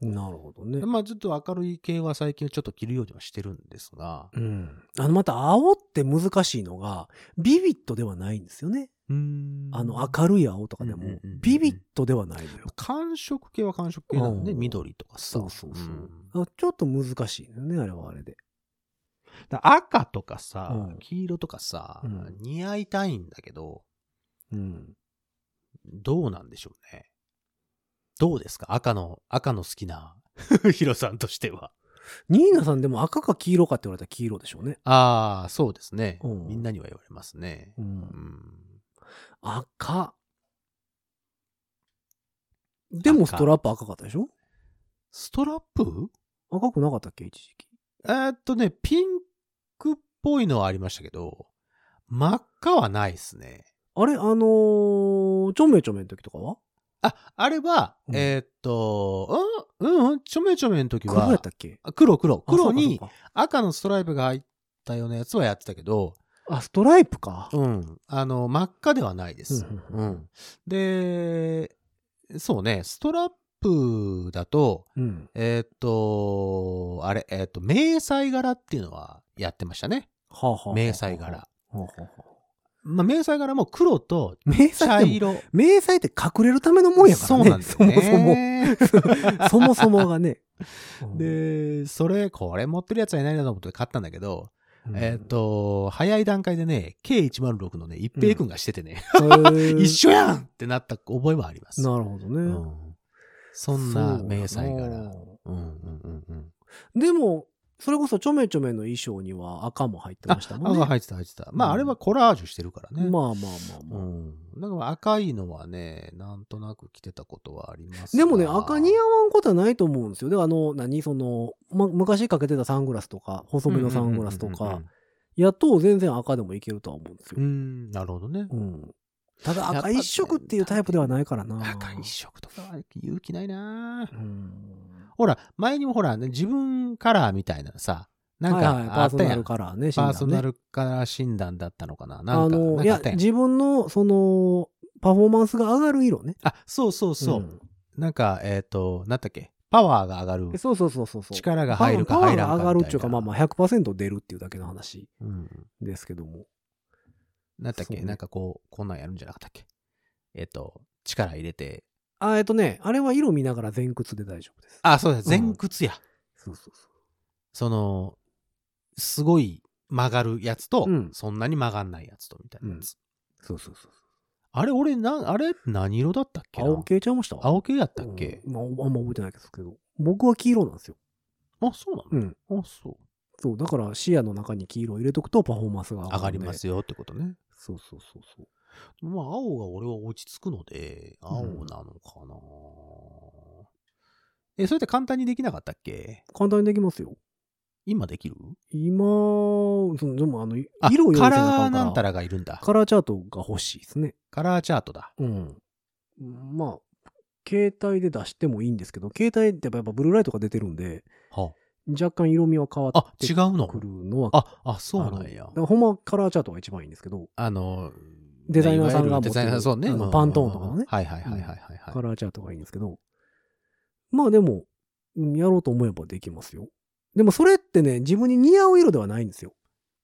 Speaker 2: なるほどね
Speaker 3: で。まあ、ちょっと明るい系は最近ちょっと着るようにはしてるんですが、
Speaker 2: うん、あのまた青って難しいのがビビットではないんですよね。
Speaker 3: うん
Speaker 2: あの明るい青とかで
Speaker 3: うんうん
Speaker 2: も
Speaker 3: うんうん
Speaker 2: ビビットではないのよ。
Speaker 3: 寒色系は寒色系なんで、
Speaker 2: うん
Speaker 3: 緑とかさ。
Speaker 2: そうそうそう。
Speaker 3: ん
Speaker 2: あちょっと難しいよねあれはあれで。
Speaker 3: だから赤とかさ、
Speaker 2: うん
Speaker 3: 黄色とかさ、
Speaker 2: うん
Speaker 3: 似合いたいんだけど、
Speaker 2: うん、
Speaker 3: どうなんでしょうね。どうですか赤の、赤の好きな *laughs* ヒロさんとしては。
Speaker 2: ニーナさんでも赤か黄色かって言われたら黄色でしょうね。
Speaker 3: ああ、そうですね、
Speaker 2: うん
Speaker 3: みんなには言われますね。
Speaker 2: う、
Speaker 3: うんん
Speaker 2: 赤。でも
Speaker 3: 赤
Speaker 2: ストラップ赤かったでしょ
Speaker 3: ストラップ
Speaker 2: 赤くなかったっけ一時期。
Speaker 3: えーっとね、ピンクっぽいのはありましたけど、真っ赤はないですね。
Speaker 2: あれあのー、ちょめちょめの時とかは
Speaker 3: あ、あれは、
Speaker 2: うん
Speaker 3: えーっと、うん、うん、うん、ちょめちょめの時
Speaker 2: 黒や
Speaker 3: は
Speaker 2: っ、たっけ
Speaker 3: あ黒黒。
Speaker 2: あそうかそ
Speaker 3: 黒
Speaker 2: う
Speaker 3: に
Speaker 2: か
Speaker 3: 赤のストライプが入ったようなやつはやってたけど、
Speaker 2: あストライプか。
Speaker 3: うん。あの、真っ赤ではないです。
Speaker 2: うんうんうん
Speaker 3: で、そうね、ストラップだと、
Speaker 2: うん、
Speaker 3: えーっと、あれ、えーっと、迷彩柄っていうのはやってましたね。
Speaker 2: はあはあはあ
Speaker 3: 迷彩柄。。
Speaker 2: はあはあはあ
Speaker 3: まあ、迷彩柄も黒と
Speaker 2: 迷
Speaker 3: 茶
Speaker 2: 彩って、
Speaker 3: 色。
Speaker 2: 迷彩って隠れるための *laughs* もんやから
Speaker 3: そうな
Speaker 2: ね。
Speaker 3: んです
Speaker 2: そもそも。そもそもがね。
Speaker 3: で、 *laughs* それ、これ持ってるやつはいないなと思って買ったんだけど、
Speaker 2: うん、
Speaker 3: えーっと、早い段階でね、K106 のね、一平君がしててね、
Speaker 2: へー
Speaker 3: *laughs* 一緒やんってなった覚えはあります。
Speaker 2: なるほどね。
Speaker 3: うんそんな迷彩
Speaker 2: そう
Speaker 3: 柄
Speaker 2: や。な
Speaker 3: うんうんうんうん。
Speaker 2: でも、それこそちょめちょめの衣装には赤も入ってましたもんね。
Speaker 3: 赤入ってた入ってた。ま
Speaker 2: う
Speaker 3: あ
Speaker 2: ん
Speaker 3: あれはコラージュしてるからね。
Speaker 2: まあまあまあ
Speaker 3: う
Speaker 2: まあ。
Speaker 3: ん。だから赤いのはね、なんとなく着てたことはありますが。
Speaker 2: でもね、赤似合わんことはないと思うんですよ。で、あの、何、その、ま、昔かけてたサングラスとか、細めのサングラスとか、やっと全然赤でもいけるとは思うんです
Speaker 3: うん。う
Speaker 2: よ
Speaker 3: んう。ん、なるほどね。
Speaker 2: うん。ただ赤一色っていうタイプではないからな。
Speaker 3: 赤一色とかは勇気ないな
Speaker 2: うん。
Speaker 3: ほら、前にもほら、ね、自分カラーみたいなさ、なんか
Speaker 2: はいはい
Speaker 3: あ
Speaker 2: パー
Speaker 3: っ
Speaker 2: ソ
Speaker 3: た
Speaker 2: ナ
Speaker 3: やん。
Speaker 2: ルカラーね、
Speaker 3: パーソナ
Speaker 2: ル
Speaker 3: ルカラー診断だったのかなな
Speaker 2: あ
Speaker 3: んか、なん
Speaker 2: の、
Speaker 3: か
Speaker 2: い
Speaker 3: あ
Speaker 2: や
Speaker 3: った、やん
Speaker 2: 自分の、その、パフォーマンスが上がる色ね。
Speaker 3: あ、そうそうそう。
Speaker 2: ん
Speaker 3: なんか、えっ、と、なんだっけ、パワーが上がる
Speaker 2: え。そうそうそうそうそう。
Speaker 3: 力が入るか
Speaker 2: パワー
Speaker 3: 入
Speaker 2: パ
Speaker 3: らんか
Speaker 2: ワーが
Speaker 3: みたいな。
Speaker 2: 上がるっていうか、まあまあ100%出るっていうだけの話
Speaker 3: うん。
Speaker 2: ですけども。
Speaker 3: なんだっけ、
Speaker 2: そうね
Speaker 3: なんかこう、こんなんやるんじゃなかったっけ。えっ、と、力入れて。
Speaker 2: あ、えっとね、あれは色見ながら前屈で大丈夫です。
Speaker 3: あ、そうだ、
Speaker 2: う
Speaker 3: 前
Speaker 2: ん
Speaker 3: 屈や。
Speaker 2: そうそうそ
Speaker 3: その、すごい曲がるやつと、
Speaker 2: うん
Speaker 3: そんなに曲がんないやつと、みたいなやつ。
Speaker 2: う。そうそうそう
Speaker 3: あれ、俺、な、あれ、何色だったっけな
Speaker 2: 青消えちゃいました
Speaker 3: 青系やったっけ、
Speaker 2: うんまあ、あんま覚えてないですけど。僕は黄色なんですよ。
Speaker 3: あ、そうなの、
Speaker 2: うん。
Speaker 3: あ、そう。
Speaker 2: そう、だから視野の中に黄色を入れとくとパフォーマンスが上が。
Speaker 3: 上がりますすよってことね。
Speaker 2: そうそうそうそう。
Speaker 3: まあ、青が俺は落ち着くので、青なのかな、え、それって簡単にできなかったっけ
Speaker 2: 簡単にできますよ。
Speaker 3: 今できる
Speaker 2: 今、そのでもあの、
Speaker 3: あ
Speaker 2: 色を用意せ
Speaker 3: カ
Speaker 2: なあ
Speaker 3: ラ
Speaker 2: か
Speaker 3: ー
Speaker 2: ん
Speaker 3: なんた
Speaker 2: から
Speaker 3: らがいるんだ。
Speaker 2: カラーチャートが欲しいですね。
Speaker 3: カラーチャートだ。
Speaker 2: うん。まあ、携帯で出してもいいんですけど、携帯ってやっぱブルーライトが出てるんで、
Speaker 3: は
Speaker 2: 若干色味は変わ
Speaker 3: あ、あ
Speaker 2: っ、て
Speaker 3: 違うの
Speaker 2: くるのは、
Speaker 3: あ、あ、そうなんや
Speaker 2: あのだ。からほんまカラーチャートが一番いいんですけど、
Speaker 3: あの、
Speaker 2: デザイナーさんが持って
Speaker 3: いわゆるデ
Speaker 2: る
Speaker 3: ザイナーそうね。
Speaker 2: あの
Speaker 3: うん
Speaker 2: パントーンとかのね
Speaker 3: はいはいはいはいはい
Speaker 2: カ
Speaker 3: はい。
Speaker 2: ラーチャートがいいんですけど、まあでも、うんやろうと思えばできますよ。でもそれってね、自分に似合う色ではないんですよ。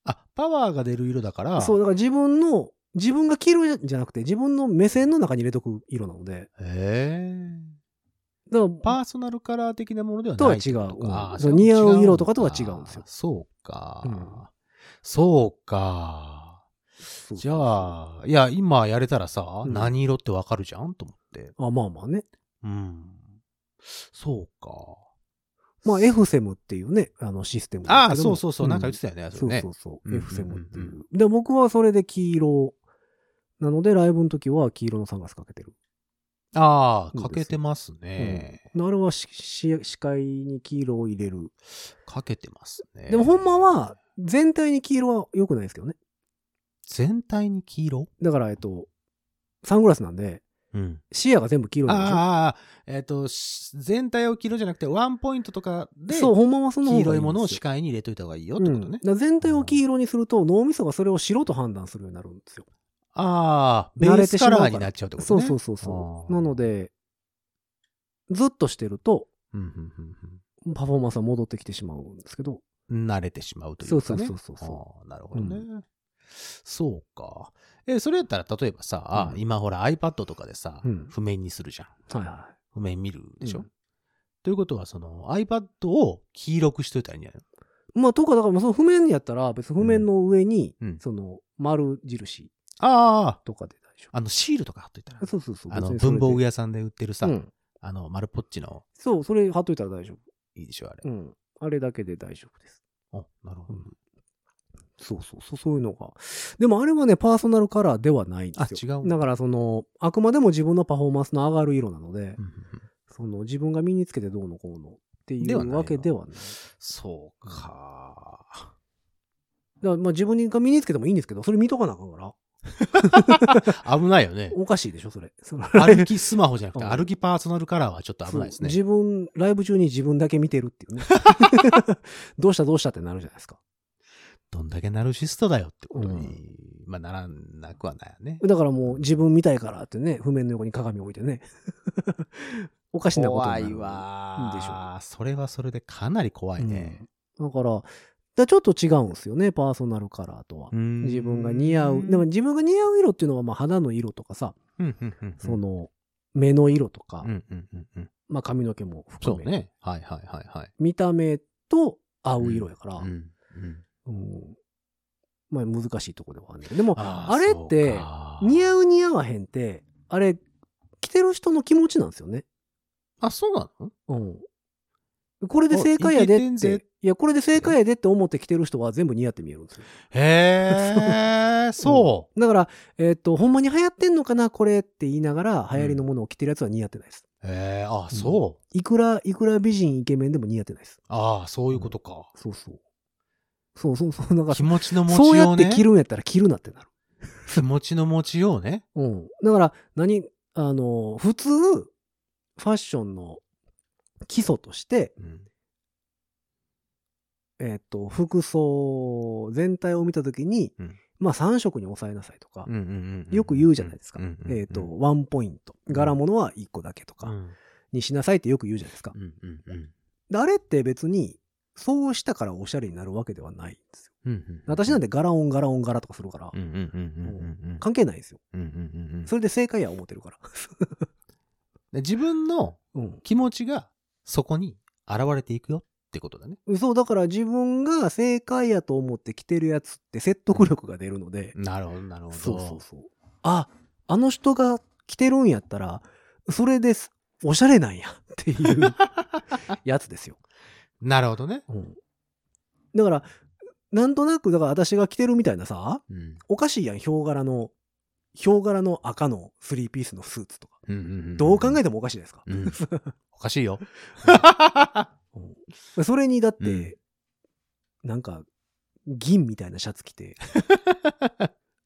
Speaker 3: あ、パワーが出る色だから、
Speaker 2: そう、だから自分の自分が黄色じゃなくて、自分の目線の中に入れとく色なので、
Speaker 3: へ
Speaker 2: だから
Speaker 3: パーソナルカラー的なものではない
Speaker 2: とは違う
Speaker 3: ってことか
Speaker 2: うん
Speaker 3: あ
Speaker 2: そう
Speaker 3: ーじゃあ
Speaker 2: 似合う色とかとは違うんですよ
Speaker 3: そうか。
Speaker 2: うん
Speaker 3: そうか。
Speaker 2: そう
Speaker 3: じゃあ、いや、今やれたらさ、
Speaker 2: うん
Speaker 3: 何色ってわかるじゃんと思って。
Speaker 2: あ、まあまあね。
Speaker 3: うん。そうか。
Speaker 2: まあ、エフセムっていうね、あのシステム
Speaker 3: ああ、そうそうそう、
Speaker 2: な
Speaker 3: なんんか
Speaker 2: か
Speaker 3: 言ってたよね、そ
Speaker 2: そ
Speaker 3: れ
Speaker 2: う
Speaker 3: ね
Speaker 2: そう。そうう。
Speaker 3: ん
Speaker 2: F セムってい
Speaker 3: うん
Speaker 2: う。で、僕はそれで黄色。なので、ライブの時は黄色のサングラスかけてる。
Speaker 3: ああ、かけてますね。
Speaker 2: うんあれはしし視界に黄色を入れる。
Speaker 3: かけてますね。
Speaker 2: でも、ほんまは、、全体に黄色は良くないですけどね。
Speaker 3: 全体に黄色
Speaker 2: だから、えっと、サングラスなんで、
Speaker 3: うん。
Speaker 2: 視野が全部黄色なん
Speaker 3: ああ、えっ、と、し全体を黄色じゃなくて、ワンポイントとか
Speaker 2: で
Speaker 3: で、
Speaker 2: すよ。そう、ほんまはその方がん
Speaker 3: 黄
Speaker 2: です
Speaker 3: 色い
Speaker 2: よ
Speaker 3: ものを視界に入れといた方がいいよっ
Speaker 2: う
Speaker 3: て
Speaker 2: ん
Speaker 3: ことね。
Speaker 2: だから全体を黄色にすると、脳みそがそれを白と判断するようになるんですよ。
Speaker 3: ああ、ベ
Speaker 2: 慣
Speaker 3: ー
Speaker 2: れて
Speaker 3: ス
Speaker 2: しま
Speaker 3: カ
Speaker 2: うから
Speaker 3: ラーになっちゃうってこと
Speaker 2: そ
Speaker 3: ね。
Speaker 2: うそうそうそう。
Speaker 3: あー
Speaker 2: なので、ずっとしてると、
Speaker 3: うんうんうん
Speaker 2: パフォーマンスは戻ってきてしまうんですけど、
Speaker 3: うん慣れてしまうというかね。
Speaker 2: そうそうそうそうそ
Speaker 3: ああなるほどね。
Speaker 2: う
Speaker 3: そうか。え、それやったら、例えばさ、
Speaker 2: うん
Speaker 3: 今ほら iPad とかでさ、
Speaker 2: うん
Speaker 3: 譜面にするじゃん。
Speaker 2: はいは
Speaker 3: 譜面見るでしょ、
Speaker 2: うん
Speaker 3: ということは、その iPad を黄色くしといたらいいんじゃない
Speaker 2: い。まあ、とか、だから、その譜面やったら、別に譜面の上に、
Speaker 3: うんうん
Speaker 2: その、丸印
Speaker 3: ああ、
Speaker 2: とかで大丈
Speaker 3: あの、シールとか貼っといたら
Speaker 2: 夫。。そうそうそう。
Speaker 3: あの、
Speaker 2: 別にそれで
Speaker 3: 文房具屋さんで売ってるさ、
Speaker 2: うん。
Speaker 3: あの、丸ポッチの、
Speaker 2: そう、それ貼っといたら大丈
Speaker 3: いいでしょ、あれ
Speaker 2: 夫。う。ん。あれだけで大丈夫です。
Speaker 3: あ、なるほど。
Speaker 2: そうそうそう、そういうのが。でもあれはね、パーソナルカラーではないんですよ。
Speaker 3: あ違う
Speaker 2: だからその、あくまでも自分のパフォーマンスの上がる色なので、
Speaker 3: うんうんうん
Speaker 2: その自分が身につけてどうのこうのってい
Speaker 3: ではないうな
Speaker 2: わけではない。
Speaker 3: そうか。
Speaker 2: だからまあ自分が身につけてもいいんですけど、それ見とかなあかんから。
Speaker 3: 危ないよね。
Speaker 2: おかしいでしょ、それ。その
Speaker 3: 歩きスマホじゃなく
Speaker 2: *laughs*
Speaker 3: て、
Speaker 2: うん
Speaker 3: 歩きパーソナルカラーはちょっと危ないですね。
Speaker 2: 自分、ライブ中に自分だけ見てるっていうね。 *laughs* どうしたどうしたってなるじゃないですか。
Speaker 3: どんだけナルシストだよってことに、まあ、ならなくはないよね。
Speaker 2: だからもう自分見たいからってね、譜面の横に鏡置いてね。 *laughs* おかしなことになる。
Speaker 3: 怖いわー。
Speaker 2: いいでし
Speaker 3: それはそれでかなり怖いね。
Speaker 2: うんだから、だからちょっと違うんですよね、パーソナルカラーとは。
Speaker 3: うん
Speaker 2: 自分が似合う。でも、自分が似合う色っていうのは、まあ肌の色とかさ、
Speaker 3: うんうんうんうん
Speaker 2: その、目の色とか、
Speaker 3: うんうんうんうん
Speaker 2: まあ髪の毛も
Speaker 3: そ
Speaker 2: 含め、
Speaker 3: うね。はいはいはいはい。
Speaker 2: 見た目と合う色やから、
Speaker 3: うんうん
Speaker 2: うんまあ難しいとこではあるんだけど、でも、
Speaker 3: あ
Speaker 2: あれって似
Speaker 3: う。
Speaker 2: 合う似合わへんって、あれ、着てる人の気持ちなんですよね。
Speaker 3: あ、そうなの
Speaker 2: うん。これで正解やで
Speaker 3: おいけてん
Speaker 2: っ
Speaker 3: ぜ
Speaker 2: て、いや、これで正解やでって思って着てる人は全部似合って見えるんですよ。
Speaker 3: へえ、 *laughs* そう。
Speaker 2: だから、えっ、と、ほんまに流行ってんのかな、これって言いながら、流行りのものを着てるやつは似合ってないです。
Speaker 3: ええあ、そう。
Speaker 2: いくら、いくら美人イケメンでも似合ってないです。
Speaker 3: ああ、そういうことか。
Speaker 2: そうそう。そうそうそう、なんか、
Speaker 3: 気持ちの持
Speaker 2: そう
Speaker 3: ち
Speaker 2: や
Speaker 3: よう
Speaker 2: って
Speaker 3: ね。
Speaker 2: 着るんやったら着るなってなる。
Speaker 3: 気持ちの持ちようね。
Speaker 2: うん。だから、何、あの、普通、ファッションの基礎として、
Speaker 3: うん
Speaker 2: えっ、と、服装全体を見たときに、
Speaker 3: うん
Speaker 2: まあ3色に抑えなさいとか、
Speaker 3: うんうんうん
Speaker 2: よく言うじゃないですか。
Speaker 3: うんうんうん
Speaker 2: えっ、と、ワンポイント。柄物は1個だけと
Speaker 3: う
Speaker 2: か、
Speaker 3: ん
Speaker 2: にしなさいってよく言うじゃないですか
Speaker 3: う。んうんうん
Speaker 2: であれって別に、そうしたからおしゃれになるわけではないんですよ。
Speaker 3: うんうん
Speaker 2: 私なんて柄音柄音柄とかするから
Speaker 3: う、んうんうんうんうんうん
Speaker 2: 関係ないんですよ。
Speaker 3: うんうんうんうん
Speaker 2: それで正解や思ってるから。
Speaker 3: で自分の
Speaker 2: う
Speaker 3: 気持ちがそこに現れていくよってことだね。
Speaker 2: ん。そう、だから自分が正解やと思って着てるやつって説得力が出るので、
Speaker 3: なるほど、なるほど。
Speaker 2: そうそうそう。あ、あの人が着てるんやったら、それです。おしゃれなんやっていう
Speaker 3: *laughs*
Speaker 2: やつですよ。
Speaker 3: なるほどね。
Speaker 2: うん。だから、なんとなく、だから私が着てるみたいなさ、
Speaker 3: うん
Speaker 2: おかしいやん、ヒョウ柄の、ヒョウ柄の赤のスリーピースのスーツとか。
Speaker 3: うんうんうんうん
Speaker 2: どう考えてもおかしいじゃないですか。
Speaker 3: うんおかしいよ。
Speaker 2: うんそれにだって、
Speaker 3: うん
Speaker 2: なんか、銀みたいなシャツ着て、 *laughs*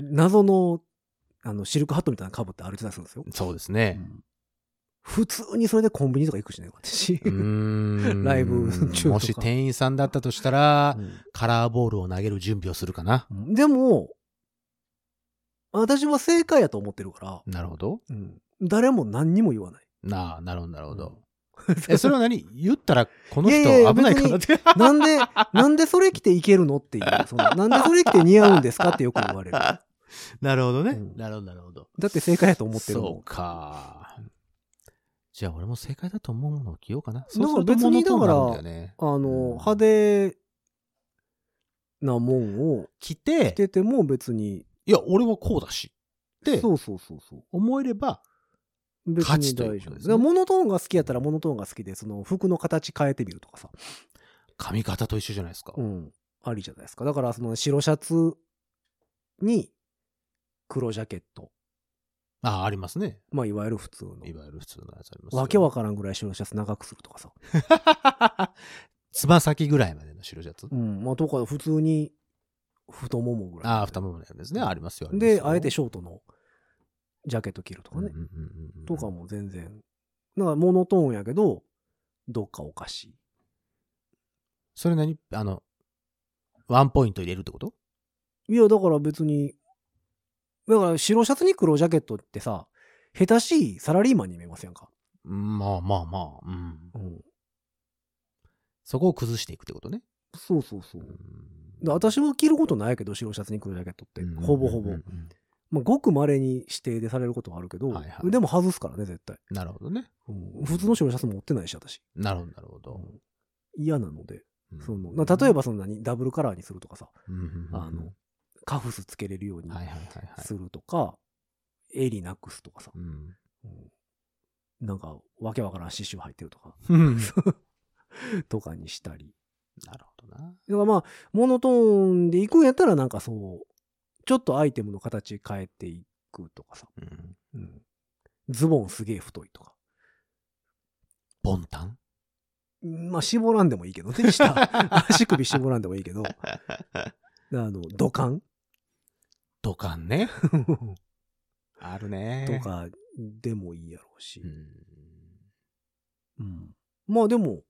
Speaker 2: 謎の、あの、シルクハットみたいなの被って歩いてたりするんですよ。
Speaker 3: そうですね。
Speaker 2: 普通にそれでコンビニとか行くしね、私。
Speaker 3: *laughs* うーん
Speaker 2: ライブ中とか
Speaker 3: もし店員さんだったとしたら、
Speaker 2: う
Speaker 3: カラーボールを投げる準備をするかな。
Speaker 2: んでも、私は正解やと思ってるから、
Speaker 3: なるほど。
Speaker 2: うん誰も何にも言わない。
Speaker 3: なあ、なるほど、なるほど。え、それは何言ったら、この人
Speaker 2: いやいや
Speaker 3: 危ないかなって。
Speaker 2: なんで、なんでそれ着ていけるのっていう、その、なんでそれ着て似合うんですかってよく言われる。だ
Speaker 3: *laughs* なるほどね。
Speaker 2: うん
Speaker 3: なるほど、なるほど。
Speaker 2: って正解やと思ってるもん。
Speaker 3: そうか。じゃあ俺も正解だと思うものを着ようかな。
Speaker 2: なんか
Speaker 3: そうすると
Speaker 2: 別に
Speaker 3: モノトーンなんだよね
Speaker 2: あの、
Speaker 3: うん
Speaker 2: 派手なもんを
Speaker 3: 着て
Speaker 2: 着、てても別に、
Speaker 3: いや、俺はこうだし。って
Speaker 2: そうそうそうそう。
Speaker 3: 思えれば、
Speaker 2: 別
Speaker 3: 価値
Speaker 2: に
Speaker 3: とい
Speaker 2: 大
Speaker 3: う
Speaker 2: 丈
Speaker 3: こ
Speaker 2: 夫。
Speaker 3: とで
Speaker 2: です
Speaker 3: ね
Speaker 2: モノトーンが好きやったらモノトーンが好きで、その服の形変えてみるとかさ。
Speaker 3: 髪型と一緒じゃないですか。
Speaker 2: うん。ありじゃないですか。だから、その白シャツに黒ジャケット。
Speaker 3: ああ、ありますね。
Speaker 2: まあ、いわゆる普通の。
Speaker 3: いわゆる普通のやつありますよ。
Speaker 2: わけわからんぐらい白シャツ長くするとかさ。
Speaker 3: *laughs* つま先ぐらいまでの白シャツ。
Speaker 2: うん。まあ、とか、普通に太ももぐらい。
Speaker 3: ああ、二もものやつですね。ありますよ。ります
Speaker 2: で、
Speaker 3: よ
Speaker 2: あえてショートのジャケット着るとかね。
Speaker 3: うんうんうんうん
Speaker 2: とかも全然。だから、モノトーンやけど、どっかおかしい。
Speaker 3: それ何あの、ワンポイント入れるってこと
Speaker 2: いや、だから別に、だから白シャツに黒ジャケットってさ、下手しいサラリーマンに見えませんか。
Speaker 3: まあまあまあ、うん。
Speaker 2: うん。
Speaker 3: そこを崩していくってことね。
Speaker 2: そうそうそうう。
Speaker 3: ん
Speaker 2: で私は着ることないけど、白シャツに黒ジャケットって、ほぼほぼ。
Speaker 3: うんうんうん
Speaker 2: まあ、ごく稀に指定でされることはあるけど、
Speaker 3: はいはい
Speaker 2: でも外すからね、絶対。
Speaker 3: なるほどね。
Speaker 2: うん普通の白シャツ持ってないし、私。
Speaker 3: なるほど、なるほど。
Speaker 2: 嫌なので。
Speaker 3: うん
Speaker 2: そのな例えば、その何、ダブルカラーにするとかさ、
Speaker 3: うんうんうんうん
Speaker 2: あの、カフスつけれるように
Speaker 3: はいはいはいはい。
Speaker 2: するとか、襟なくすとかさ、 *laughs*
Speaker 3: うん
Speaker 2: うんなんか、わけわからん刺繍入ってるとか。 *laughs*
Speaker 3: うん
Speaker 2: とかにしたり。
Speaker 3: なるほどな。
Speaker 2: だからまあ、モノトーンで行くんやったらなんかそう、ちょっとアイテムの形変えていくとかさ。
Speaker 3: うん
Speaker 2: うんズボンすげえ太いとか。
Speaker 3: ボンタン
Speaker 2: まあ、絞らんでもいいけど
Speaker 3: *laughs*
Speaker 2: ね。下、足首絞らんでもいいけど。あの、土管
Speaker 3: ドカ
Speaker 2: *laughs*
Speaker 3: ンね。
Speaker 2: と
Speaker 3: あるね。
Speaker 2: かでもいいやろうし
Speaker 3: う。ん。
Speaker 2: うんまあでも、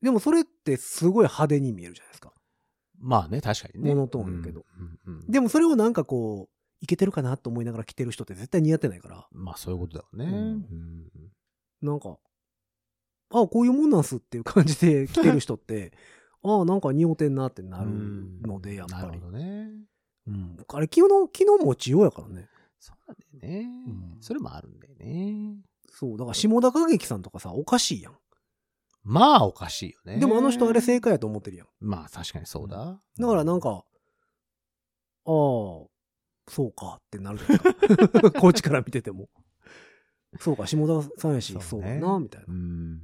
Speaker 2: でもそれってすごい派手に見えるじゃないですか。
Speaker 3: まあね、確かにね。
Speaker 2: モノトーンやけど
Speaker 3: うん。うんうん
Speaker 2: でもそれをなんかこう、いけてるかなと思いながら着てる人って絶対似合ってないから。
Speaker 3: まあそういうことだよね。
Speaker 2: うん
Speaker 3: うん
Speaker 2: なんか、ああ、こういうもんなんすっていう感じで *laughs* 来てる人って、ああ、なんか似合うてんなってなるので、やっぱ
Speaker 3: な
Speaker 2: り
Speaker 3: る。ほどね。
Speaker 2: うん。あれ、昨日、昨日も千代やからね。
Speaker 3: そうなんだよね。
Speaker 2: うん
Speaker 3: それもあるんだよね。
Speaker 2: そう。だから、下田景樹さんとかさ、おかしいやん。
Speaker 3: まあおかしいよね。
Speaker 2: でも、あの人あれ正解やと思ってるやん。
Speaker 3: まあ確かにそうだ。
Speaker 2: だから、なんか、ああ、そうかってなるじゃないですか。 *laughs* こっちから見てても。そうか、下田さんやし、
Speaker 3: そ
Speaker 2: そうう
Speaker 3: ね
Speaker 2: だな、みたいな
Speaker 3: う。ん。
Speaker 2: うん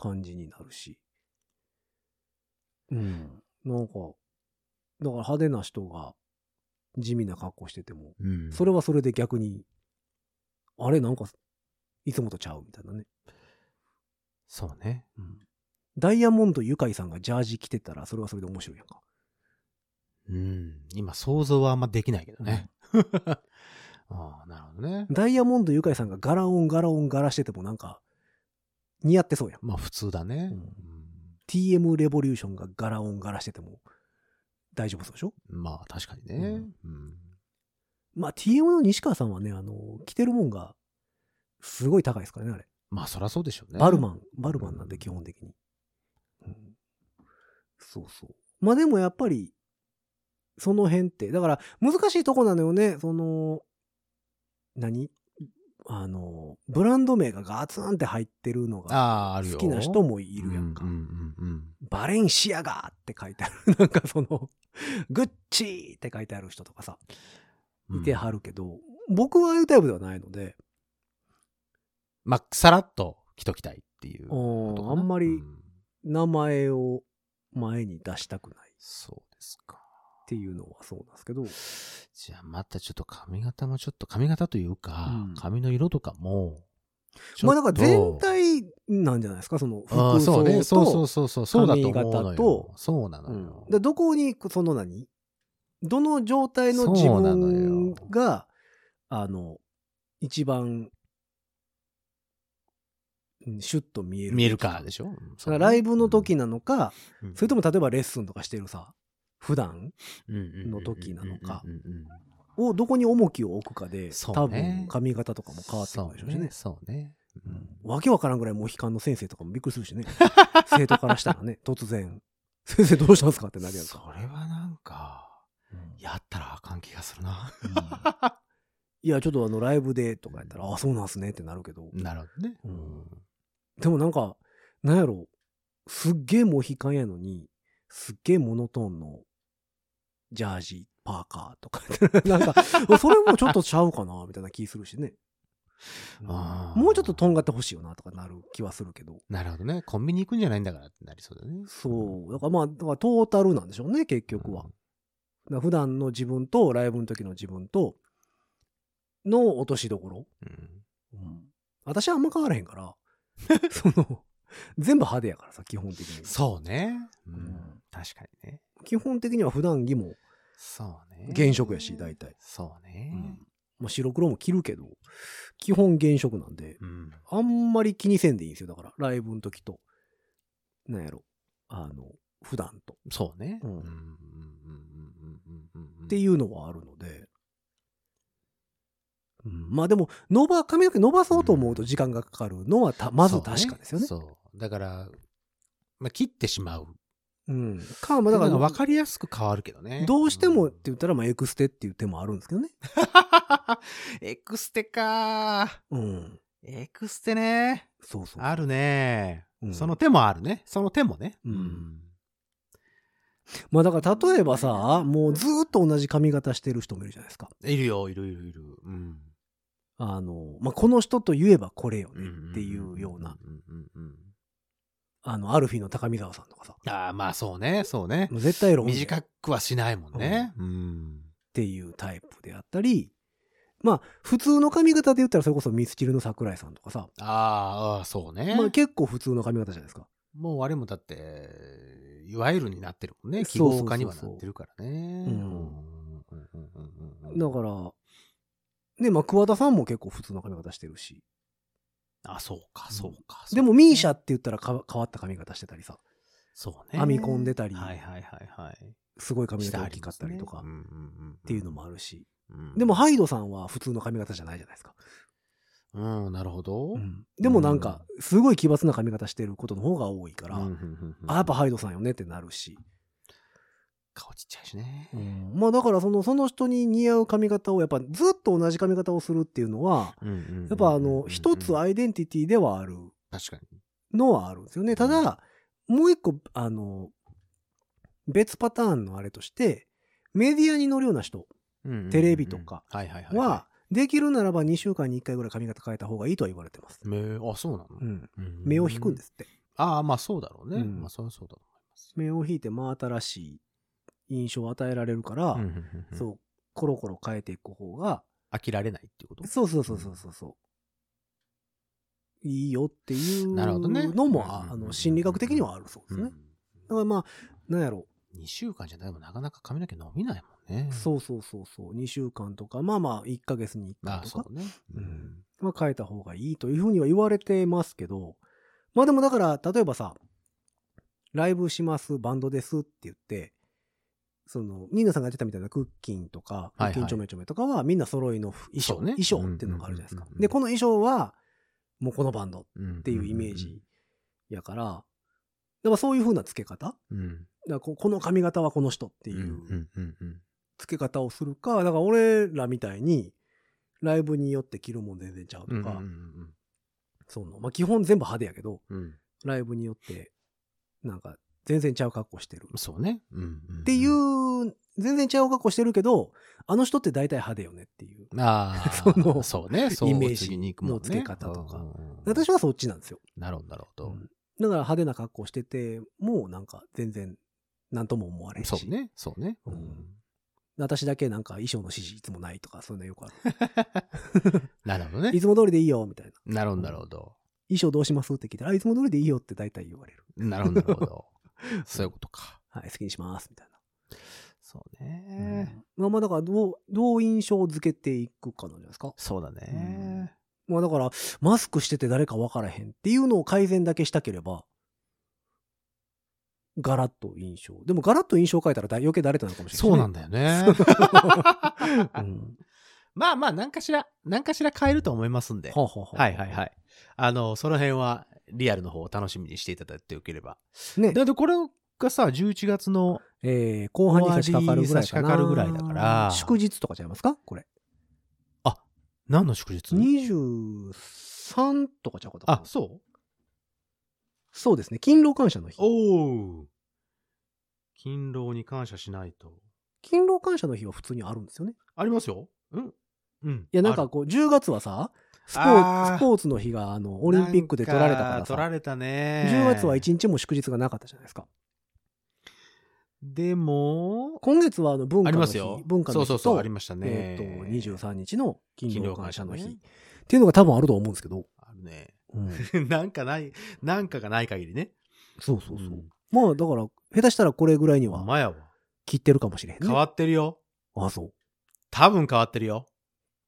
Speaker 2: 感じになるし。うん。なんか、だから派手な人が地味な格好してても、
Speaker 3: うん。
Speaker 2: それはそれで逆に、あれなんか、いつもとちゃうみたいなね。
Speaker 3: そうね。
Speaker 2: うん。ダイヤモンドユカイさんがジャージ着てたら、それはそれで面白いやんか。
Speaker 3: うん。今想像はあんまできないけどね。 *laughs* ああ、なるほどね。
Speaker 2: ダイヤモンドユカイさんがガラオンガラオンガラしててもなんか、似合ってそうやん。
Speaker 3: まあ普通だね。
Speaker 2: う
Speaker 3: うん
Speaker 2: ん TM レボリューションがガラオンガラしてても大丈夫そうでしょ
Speaker 3: まあ確かにね。うん
Speaker 2: まあ、TM の西川さんはね、あの、着てるもんが、すごい高いですからね、あれ。
Speaker 3: まあそりゃそうでしょうね。
Speaker 2: バルマン、バルマンなんで、基本的に。うんそうそう。まあでもやっぱり、その辺って、だから、難しいとこなのよね、その、何あの、ブランド名がガツンって入ってるのが、
Speaker 3: ああ、あるよ。
Speaker 2: 好きな人もいるやんか
Speaker 3: う。うんうんうん。
Speaker 2: バレンシアガーって書いてある。 *laughs* なんかその、グッチーって書いてある人とかさ。
Speaker 3: うん
Speaker 2: いてはるけど、僕はああいうタイプではないので、
Speaker 3: まあ、さらっと着ときたいっていうことか
Speaker 2: あ
Speaker 3: な。
Speaker 2: んま
Speaker 3: う
Speaker 2: り名前を前に出したくないっ
Speaker 3: そうですか。
Speaker 2: ていうのはそうなんですけど、
Speaker 3: じゃあまたちょっと髪型もちょっと、髪型というか、
Speaker 2: うん
Speaker 3: 髪の色とかも、ちょ
Speaker 2: ま
Speaker 3: っ
Speaker 2: あだ
Speaker 3: と
Speaker 2: から全体なんじゃないですか、その服
Speaker 3: ああそうね。そうそ
Speaker 2: 装と、
Speaker 3: うそうそう。そうだと思う
Speaker 2: 髪
Speaker 3: の
Speaker 2: 型
Speaker 3: よ
Speaker 2: と。
Speaker 3: そうなの
Speaker 2: うん
Speaker 3: よ。
Speaker 2: でどこに、その何どの状態の自
Speaker 3: そうなの
Speaker 2: 分
Speaker 3: よ
Speaker 2: が、あの、一番、うんシュッと見える。
Speaker 3: 見えるかでしょうん
Speaker 2: それはライブの時
Speaker 3: の、
Speaker 2: なのか、
Speaker 3: うん
Speaker 2: それとも例えばレッスンとかしてるさ、普段
Speaker 3: の
Speaker 2: の時なのか
Speaker 3: うんうんうん
Speaker 2: をどこに重きを置くかで、
Speaker 3: そうね
Speaker 2: 多分髪型とかも変わってくるでしょうしね
Speaker 3: そうね。そうね。
Speaker 2: わけわからんぐらいモヒカンの先生とかもびっくりする
Speaker 3: *laughs*
Speaker 2: しね。生徒からしたらね、突然、先生どうしたんですかってなるやつ。
Speaker 3: それはなんか、やったらあかん気がするな。
Speaker 2: いや、ちょっとあの、ライブでとかやったら、ああ、そうなんすねってなるけど。
Speaker 3: *laughs* なるほどね。
Speaker 2: うんでもなんか、なんやろ、すっげえモヒカンやのに、すっげえモノトーンのジャージ、パーカーとか *laughs* やったら、なんか、それもちょっとちゃうかな、みたいな気するしね。
Speaker 3: あー
Speaker 2: もうちょっととんがってほしいよな、とかなる気はするけど。
Speaker 3: なるほどね。コンビニ行くんじゃないんだからってなりそうだね。
Speaker 2: そう。だからまあ、だからトータルなんでしょうね、結局は。だから普段の自分と、ライブの時の自分と、の落としどころ。
Speaker 3: うん。
Speaker 2: 私はあんま変わらへん
Speaker 3: *laughs*
Speaker 2: から、その、全部派手やからさ、基本的に。
Speaker 3: そうね。うん
Speaker 2: うん
Speaker 3: 確かにね。
Speaker 2: 基本的には普段着も、
Speaker 3: そうね。
Speaker 2: 原色やし大体。
Speaker 3: そうね。
Speaker 2: まあ、白黒も着るけど、基本原色なんで、
Speaker 3: うん。
Speaker 2: あんまり気にせんでいいんですよ、だから、ライブの時と、なんやろ、あの、普段と。
Speaker 3: そうね。
Speaker 2: うん
Speaker 3: うんうんうんうんうんうん
Speaker 2: っていうのはあるので、うん、まあでも伸ば髪の毛伸ばそうと思うと時間がかかるのはたまず確かですよね。
Speaker 3: そうそう。だから、まあ、切ってしまう。
Speaker 2: うん、かまあだから
Speaker 3: でも分かりやすく変わるけどね。
Speaker 2: どうしてもって
Speaker 3: ん
Speaker 2: 言ったらまあエクステっていう手もあるんですけどね。
Speaker 3: *laughs* エクステか
Speaker 2: うん、
Speaker 3: ー。エクステね。
Speaker 2: そうそう。
Speaker 3: あるね、
Speaker 2: うん
Speaker 3: その手もあるね。その手もね。
Speaker 2: うんまあだから例えばさもうずーっと同じ髪型してる人もいるじゃないですか。
Speaker 3: いるよ、いるいるいる。うん。
Speaker 2: あの、まあ、この人と言えばこれよね
Speaker 3: ん
Speaker 2: っていうような、。
Speaker 3: んうんうんうん
Speaker 2: あのアルフィーの高見沢さんとかさ
Speaker 3: ああ、まあそうね、そうね。
Speaker 2: もう絶対ロン毛っ
Speaker 3: 短くはしないもんね。うん。
Speaker 2: ていうタイプであったり。まあ、普通の髪型で言ったらそれこそミスチルの桜井さんとかさ、
Speaker 3: あーあー、そうね。
Speaker 2: まあ結構普通の髪型じゃないですか。
Speaker 3: もうあれもだって、いわゆるになってるもんね。記
Speaker 2: そうそう
Speaker 3: 号
Speaker 2: そう
Speaker 3: 化にはなってるからね。
Speaker 2: うん
Speaker 3: うんうんうんうん
Speaker 2: だから、ね、まあ桑田さんも結構普通の髪型してるし。
Speaker 3: あ、そうか、そうか。
Speaker 2: でもミーシャって言ったらか変わった髪型してたりさ、
Speaker 3: そうね。
Speaker 2: 編み込んでたり
Speaker 3: はいはいはいはい。
Speaker 2: すごい髪型大きかったりと
Speaker 3: し
Speaker 2: か
Speaker 3: ありますね
Speaker 2: っ。ていうの
Speaker 3: あ
Speaker 2: もあるし。
Speaker 3: る
Speaker 2: でも、ハイドさんは普通の髪型じゃないじゃないですか。
Speaker 3: うん、うんなるほど。
Speaker 2: うんでもなんか、すごい奇抜な髪型してることの方が多いから、
Speaker 3: うんうんうんうん
Speaker 2: あ、やっぱハイドさんよねってなるし。
Speaker 3: 顔ちっちゃいしね。
Speaker 2: まあだからその、その人に似合う髪型を、やっぱずっと同じ髪型をするっていうのは、やっぱあの、一つ
Speaker 3: あ
Speaker 2: アイデンティティではある
Speaker 3: 確かに。
Speaker 2: のはあるんですよね。た
Speaker 3: う
Speaker 2: だ、もう一個、あの、別パターンのあれとして、メディアに乗るような人
Speaker 3: うんうんうん
Speaker 2: テレビとか
Speaker 3: はいはいはい
Speaker 2: は、できるならば2週間に1回ぐらい髪型変えた方がいいとは言われてます。
Speaker 3: い。目、あ、そうなの
Speaker 2: うん。
Speaker 3: うん
Speaker 2: 目を引くんですって。
Speaker 3: ああ、まあそうだろうね。
Speaker 2: うん
Speaker 3: まあそれはそうだと思います。
Speaker 2: 目を引いて真新しい印象を与えられるから、
Speaker 3: うんうんうん
Speaker 2: そう、コロコロ変えていく方が、
Speaker 3: 飽きられないっていうこと
Speaker 2: そうそうそうそうそうそう。いいよっていう
Speaker 3: なるほどね
Speaker 2: のも、あ
Speaker 3: うん
Speaker 2: あの心理学的にはあるそうですね。だからまあ、なんやろ
Speaker 3: 2週間じゃないもなかなか髪の毛伸びないもんね。
Speaker 2: そうそうそうそう。2週間とか、まあまあ、1ヶ月に1
Speaker 3: ま
Speaker 2: 回
Speaker 3: あ
Speaker 2: と
Speaker 3: そ
Speaker 2: か、
Speaker 3: うね。
Speaker 2: う
Speaker 3: うんん
Speaker 2: まあ変えた方がいいというふうには言われてますけど、まあでもだから、例えばさ、ライブします、バンドですって言って、その、ニーナさんがやってたみたいなクッキンとか、
Speaker 3: い
Speaker 2: ク
Speaker 3: はい
Speaker 2: ッキンちょめちょめとかは、みんな揃いの衣装、
Speaker 3: そうね
Speaker 2: 衣装っていうのがあるじゃないですか
Speaker 3: うんうんうん。うん
Speaker 2: で、この衣装は、もうこのバンドっ
Speaker 3: うん
Speaker 2: ていうイメージやから、だからそういうふうな付け方だか
Speaker 3: うん
Speaker 2: らここの髪型はこの人って
Speaker 3: う
Speaker 2: い
Speaker 3: ん
Speaker 2: う、
Speaker 3: うんうんうん
Speaker 2: 付け方をするか、だから俺らみたいに、ライブによって着るもん全然ちゃうと
Speaker 3: うんうんうん
Speaker 2: か、
Speaker 3: うん
Speaker 2: その、まあ、基本全部派手やけど、
Speaker 3: うん
Speaker 2: ライブによって、なんか、全然ちゃう格好してる。っ
Speaker 3: そうね。うんんん
Speaker 2: ていう、全然ちゃう格好してるけど、あの人って大体派手よねっていう。
Speaker 3: あ
Speaker 2: *laughs*
Speaker 3: あ、
Speaker 2: その
Speaker 3: そうね、そう
Speaker 2: イメージ
Speaker 3: 次に行くもんね
Speaker 2: の付け方とか
Speaker 3: うんうんうん
Speaker 2: 私はそっちなんですよ。
Speaker 3: なるほど、なるほ
Speaker 2: う
Speaker 3: ど
Speaker 2: ん。だから派手な格好してて、もうなんか全然、なんとも思われんし。
Speaker 3: そうね、そうね。
Speaker 2: うん
Speaker 3: うん
Speaker 2: 私だけなんか衣装の指示いつもないとか、そういうのよくあ
Speaker 3: *laughs*
Speaker 2: る。
Speaker 3: なるほどね
Speaker 2: い。つも通りでいいよ、みたいな。
Speaker 3: なるほど、なるほど。
Speaker 2: 衣装どうしますって聞いたら、あ、いつも通りでいいよって大体言われる。
Speaker 3: なるほど、
Speaker 2: *laughs*
Speaker 3: なるほど。そういうことか。
Speaker 2: はい、好きにします、みたいな。
Speaker 3: そうね。
Speaker 2: まあまあだからどう、どう印象付けていくかなんじゃないですか。
Speaker 3: そうだね。
Speaker 2: まあだから、マスクしてて誰か分からへんっていうのを改善だけしたければ、ガラッと印象。でもガラッと印象変えたらだ余計誰となるかもしれない、
Speaker 3: そうなんだよね。
Speaker 2: うん
Speaker 3: *laughs* まあまあ、何かしら、何かしら変えると思いますんで。
Speaker 2: ほうほうほう
Speaker 3: はいはいはい。あの、その辺は、リアルの方を楽しみにしていただいてよければ。
Speaker 2: ね
Speaker 3: だってこれがさ、11月の、
Speaker 2: えー後半に差し掛かるぐらいかな
Speaker 3: 終わりに差し掛かるぐらいだから
Speaker 2: 祝日とかちゃいますかこれ
Speaker 3: 何の祝日
Speaker 2: 23とかちゃうかったか
Speaker 3: あ
Speaker 2: な、
Speaker 3: そう
Speaker 2: そうですね勤労感謝の日
Speaker 3: おう勤労に感謝しないと。
Speaker 2: 勤労感謝の日は普通にあるんですよね
Speaker 3: ありますようんうん。
Speaker 2: いやなん
Speaker 3: あ
Speaker 2: か
Speaker 3: る、
Speaker 2: こう10月はさスポ
Speaker 3: あ
Speaker 2: ー
Speaker 3: ー
Speaker 2: ツスポーツの日があのオリンピックで取られたから
Speaker 3: なん
Speaker 2: さ
Speaker 3: 取られたね。
Speaker 2: 10月は1日も祝日がなかったじゃないですか
Speaker 3: でも、
Speaker 2: 今月はあの文
Speaker 3: あ
Speaker 2: 化
Speaker 3: り
Speaker 2: の
Speaker 3: ます
Speaker 2: 日
Speaker 3: よ。
Speaker 2: 文化の日と
Speaker 3: そうそうそう、ありましたね。
Speaker 2: えー、と23日の勤労感謝の日、
Speaker 3: 勤労感謝ね
Speaker 2: っていうのが多分あると思うんですけど、
Speaker 3: あるね。 *laughs*
Speaker 2: うん、
Speaker 3: なんかない、なんかがない限りね。
Speaker 2: そうそうそう、
Speaker 3: ん
Speaker 2: まあだから下手したらこれぐらいに
Speaker 3: ほん
Speaker 2: は
Speaker 3: まやわ。
Speaker 2: 切ってるかもしれへんね
Speaker 3: 変わってるよ。
Speaker 2: あそう
Speaker 3: 多分変わってるよ。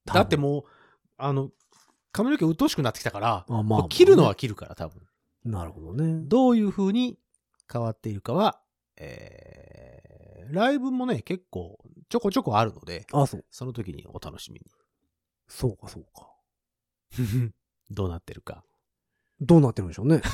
Speaker 2: 多分
Speaker 3: だってもう、あの、髪の毛鬱陶しくなってきたから、
Speaker 2: あまあまあ
Speaker 3: も
Speaker 2: ね
Speaker 3: う切るのは切るから、多分。
Speaker 2: なるほどね
Speaker 3: どういう風に変わっているかは、えー、ライブもね、結構ちょこちょこあるので、
Speaker 2: あそう
Speaker 3: その時にお楽しみ
Speaker 2: そうかそうか *laughs*
Speaker 3: に。どうなってるか。
Speaker 2: どうなってるんでしょうね *laughs*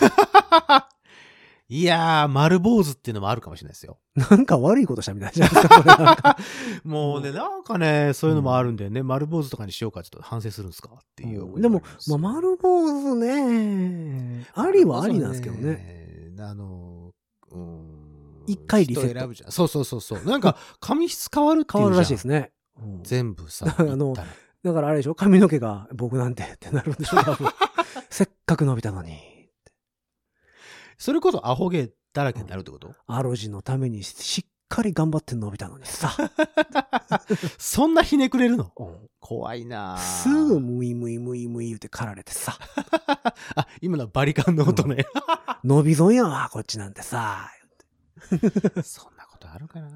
Speaker 3: いやー、丸坊主っていうのもあるかもしれないですよ。
Speaker 2: なんか悪いことしたみたいじゃないですかこれなん
Speaker 3: *laughs*
Speaker 2: か
Speaker 3: もうね、なんかね、そういうのもあるんだよね。丸坊主とかにしようかちょっと反省するんですかっていうう。
Speaker 2: んでも、まあ、丸坊主ねありはありなんですけどね
Speaker 3: ね。あの、うーん
Speaker 2: 一回リセット
Speaker 3: 人選ぶじゃん。そうそうそうそう。な
Speaker 2: *laughs*
Speaker 3: んか、髪質変わるって
Speaker 2: 変
Speaker 3: い
Speaker 2: わ
Speaker 3: う
Speaker 2: る
Speaker 3: じゃ
Speaker 2: ら
Speaker 3: ん
Speaker 2: しいですね、うん
Speaker 3: 全部
Speaker 2: *laughs*
Speaker 3: さ、
Speaker 2: あの
Speaker 3: 言ったら
Speaker 2: だからあれでしょ髪の毛が僕なんてってなるんでしょ多
Speaker 3: *laughs*
Speaker 2: 分せっかく伸びたのに
Speaker 3: それこそアホ毛だらけになるってこと、
Speaker 2: アロジのためにしっかり頑張って伸びたのにさ、
Speaker 3: そんなひねくれるの怖いなぁ
Speaker 2: すぐ。ムイムイムイムイ言うて狩られてさ、
Speaker 3: あ、今のはバリカンの音ね。
Speaker 2: 伸び損やわ、こっちなんてさ。
Speaker 3: *laughs* そんなことあるかな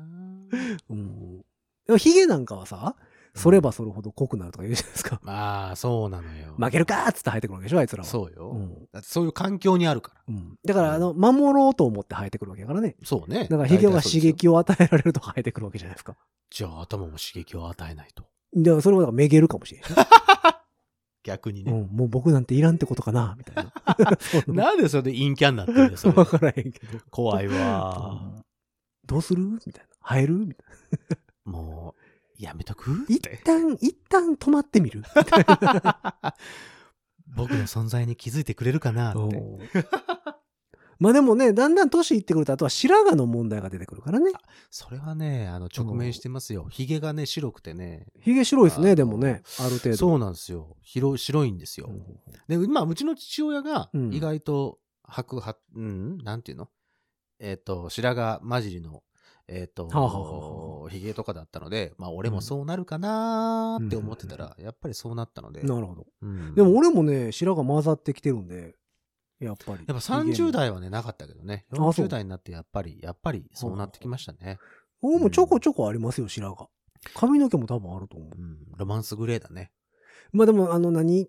Speaker 2: うん。でもヒゲなんかはさ、剃れば剃るほど濃くなるとか言うじゃないですか。
Speaker 3: まあ、そうなのよ。
Speaker 2: 負けるかーっつって生えてくるわけでしょ、あいつらは。
Speaker 3: そうよ。
Speaker 2: うん。
Speaker 3: だってそういう環境にあるから。
Speaker 2: うん。だから、あの、守ろうと思って生えてくるわけだからね。
Speaker 3: そうね。
Speaker 2: だからヒゲは刺
Speaker 3: 大体そうですよ。
Speaker 2: 激を与えられると生えてくるわけじゃないですか。
Speaker 3: じゃあ頭も刺激を与えないと。
Speaker 2: だからそれもだからめげるかもしれないしね。
Speaker 3: 逆に
Speaker 2: う
Speaker 3: ね。
Speaker 2: ん。もう僕なんていらんってことかな、みたい
Speaker 3: *laughs*
Speaker 2: な。そう
Speaker 3: なんでそれで陰キャになってるんです
Speaker 2: *laughs* わからへんけど。
Speaker 3: 怖い
Speaker 2: あ
Speaker 3: わ。
Speaker 2: ーどうするみたいな。生えるみたいな。
Speaker 3: もう、やめとくっ
Speaker 2: 一
Speaker 3: て。
Speaker 2: 旦、一旦止まってみるみたいな
Speaker 3: 僕の存在に気づいてくれるかなって。
Speaker 2: うん *laughs* まあでもね、だんだん年いってくると、あとは白髪の問題が出てくるからね。
Speaker 3: それはね、あの、直面してますよ。ヒゲがね、白くてね。
Speaker 2: 髭白いです
Speaker 3: あ
Speaker 2: ね、
Speaker 3: ー
Speaker 2: でもね。ある程度。
Speaker 3: そうなんですよ。白白いんですよ。で、今、うちの父親が
Speaker 2: うん
Speaker 3: 意外と白、はうん、なんていうのえっ、と、白髪混じりの、えっ、
Speaker 2: はあはあはあ
Speaker 3: と、ひげとかだったので、まあ、俺もそうなるかなーって思ってたら、やっぱりそうなったので。
Speaker 2: なるほど。
Speaker 3: うん
Speaker 2: でも俺もね、白髪混ざってきてるんで、やっぱり。
Speaker 3: やっぱ30。代はね、なかったけどね。
Speaker 2: あそう
Speaker 3: 40代になって、やっぱり、やっぱりそうなってきましたね。
Speaker 2: 俺もちょこちょこありますよ、白髪。髪の毛も多分あると思う
Speaker 3: う。ん、ロマンスグレーだね。
Speaker 2: まあでも、あの何、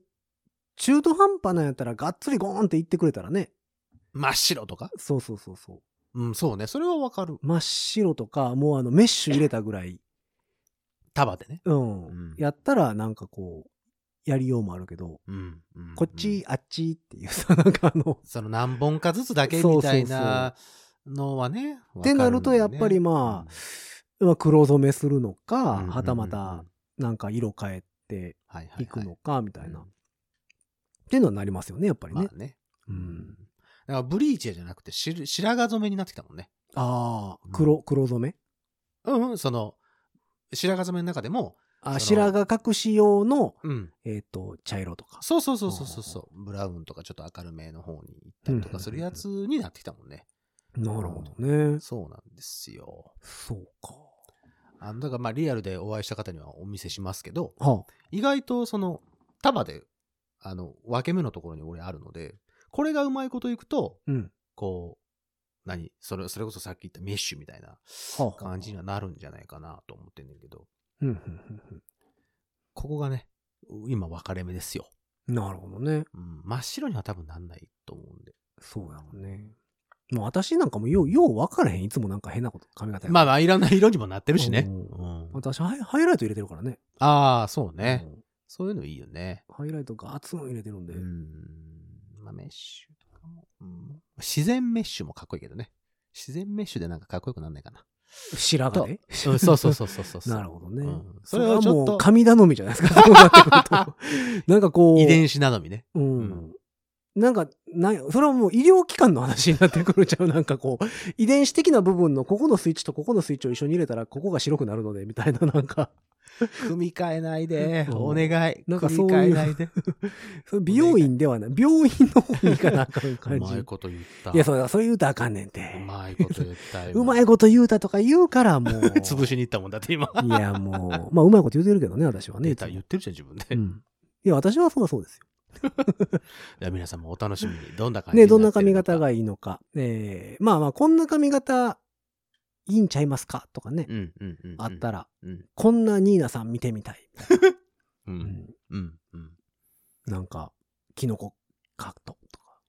Speaker 2: 中途半端なんやったら、がっつりゴーンって言ってくれたらね。
Speaker 3: 真っ白とか
Speaker 2: そうそうそうそう。
Speaker 3: うん、そうね。それはわかる。
Speaker 2: 真っ白とか、もうあのメッシュ入れたぐらい、
Speaker 3: 束でね。
Speaker 2: うん、
Speaker 3: うん
Speaker 2: やったらなんかこう、やりようもあるけど、
Speaker 3: うん。うん
Speaker 2: こっち、、あっちっていう *laughs* さ、なんかあの、
Speaker 3: その何本かずつだけみたいなのはね。
Speaker 2: っ
Speaker 3: わか
Speaker 2: て
Speaker 3: ん
Speaker 2: な
Speaker 3: だよね
Speaker 2: るとやっぱりまあ、まあ黒染めするのか、
Speaker 3: うん
Speaker 2: はたま
Speaker 3: うんうんう
Speaker 2: た
Speaker 3: ん
Speaker 2: なんか色変えて
Speaker 3: はいはいはい
Speaker 2: いくのか、みたいな、
Speaker 3: うん
Speaker 2: っていうのはなりますよね、やっぱり
Speaker 3: ま
Speaker 2: ね。
Speaker 3: あね。
Speaker 2: う
Speaker 3: うん
Speaker 2: ん。
Speaker 3: だからブリーチェじゃなくて白白髪染めになってきたもんね。
Speaker 2: ああ、黒、黒染め
Speaker 3: うんうん、その、白髪染めの中でも、
Speaker 2: あ
Speaker 3: その
Speaker 2: 白髪隠し用の、
Speaker 3: うん。
Speaker 2: えっ、と、茶色とか。
Speaker 3: そうそうそうそうそうそう。ブラウンとかちょっと明るめの方に行ったりとかするやつになってきたもんね。
Speaker 2: なるほどね。
Speaker 3: そうなんですよ。
Speaker 2: そうか。
Speaker 3: あの、だからまあリアルでお会いした方にはお見せしますけど、
Speaker 2: は
Speaker 3: 意外とその束であの分け目のところに俺あるのでこれがうまいこといくと
Speaker 2: あ、うん。
Speaker 3: こう何それそれこそさっき言ったメッシュみたいな
Speaker 2: はあはあ
Speaker 3: 感じにはなるんじゃないかなと思ってんだけど
Speaker 2: うんうんうんうん
Speaker 3: ここがね今分かれ目ですよ、
Speaker 2: なるほどね。
Speaker 3: うん、真っ白には多分なんないと思うんで
Speaker 2: そうやろうね。もう私なんかもよう、よう分からへん。いつもなんか変なこと、髪型や
Speaker 3: まあ
Speaker 2: あ、
Speaker 3: まあいろんな色にもなってるしね、
Speaker 2: う
Speaker 3: うん
Speaker 2: 私ハイハイライト入れてるからね
Speaker 3: ああ、そうね、
Speaker 2: うん
Speaker 3: そういうのいいよね。
Speaker 2: ハイライトガツン入れてるんで、
Speaker 3: うん。まあ、メッシュとかも、うん自然メッシュもかっこいいけどね。自然メッシュでなんかかっこよくなんないかな。
Speaker 2: 白
Speaker 3: と
Speaker 2: 髪で
Speaker 3: うんそうそうそうそう *laughs* そうそう。
Speaker 2: *laughs* なるほどね、
Speaker 3: うん
Speaker 2: そ
Speaker 3: そ
Speaker 2: れ
Speaker 3: れ
Speaker 2: は
Speaker 3: はち
Speaker 2: も
Speaker 3: ょ
Speaker 2: う
Speaker 3: っと
Speaker 2: 神頼みじゃないですか *laughs* そうなって
Speaker 3: *laughs*
Speaker 2: くるとなんかこう
Speaker 3: 遺伝子なのみね。
Speaker 2: うん、
Speaker 3: うん
Speaker 2: なんかないそれはもう医療機関の話になってくるんちゃうなんかこう遺伝子的な部分のここのスイッチとここのスイッチを一緒に入れたらここが白くなるのでみたいななんか
Speaker 3: 組み替えないで、
Speaker 2: うん
Speaker 3: お願い。
Speaker 2: なんか
Speaker 3: 組
Speaker 2: そういう
Speaker 3: み替えないで。
Speaker 2: それ美容院ではない病院の方に行かなあかん
Speaker 3: う
Speaker 2: 感じ
Speaker 3: *laughs* まい
Speaker 2: い
Speaker 3: こと言った。
Speaker 2: やそうだそう言うたらあかんねんて
Speaker 3: うまいこと言ったよ。
Speaker 2: うまいこと言うたとか言うからも
Speaker 3: *laughs*
Speaker 2: う
Speaker 3: 潰しに行ったもんだって今。
Speaker 2: いやもうまあうまいこと言うてるけどね私はね
Speaker 3: 出
Speaker 2: いつ
Speaker 3: た
Speaker 2: も
Speaker 3: 言ってるじゃん、自分で。
Speaker 2: う
Speaker 3: い
Speaker 2: んいや私はそうだそうですよ
Speaker 3: や皆さんもお楽しみに。どんな感じ
Speaker 2: ね、どんな髪型
Speaker 3: い
Speaker 2: がいいのか。えーまあまあ、こんな髪型いいんちゃいますかとかね、
Speaker 3: うんうんうんうん。
Speaker 2: あったら、
Speaker 3: うん。
Speaker 2: こんなニーナさん見てみたい。
Speaker 3: う。
Speaker 2: うんん
Speaker 3: うん。うん。
Speaker 2: なんか、キノコカットとか、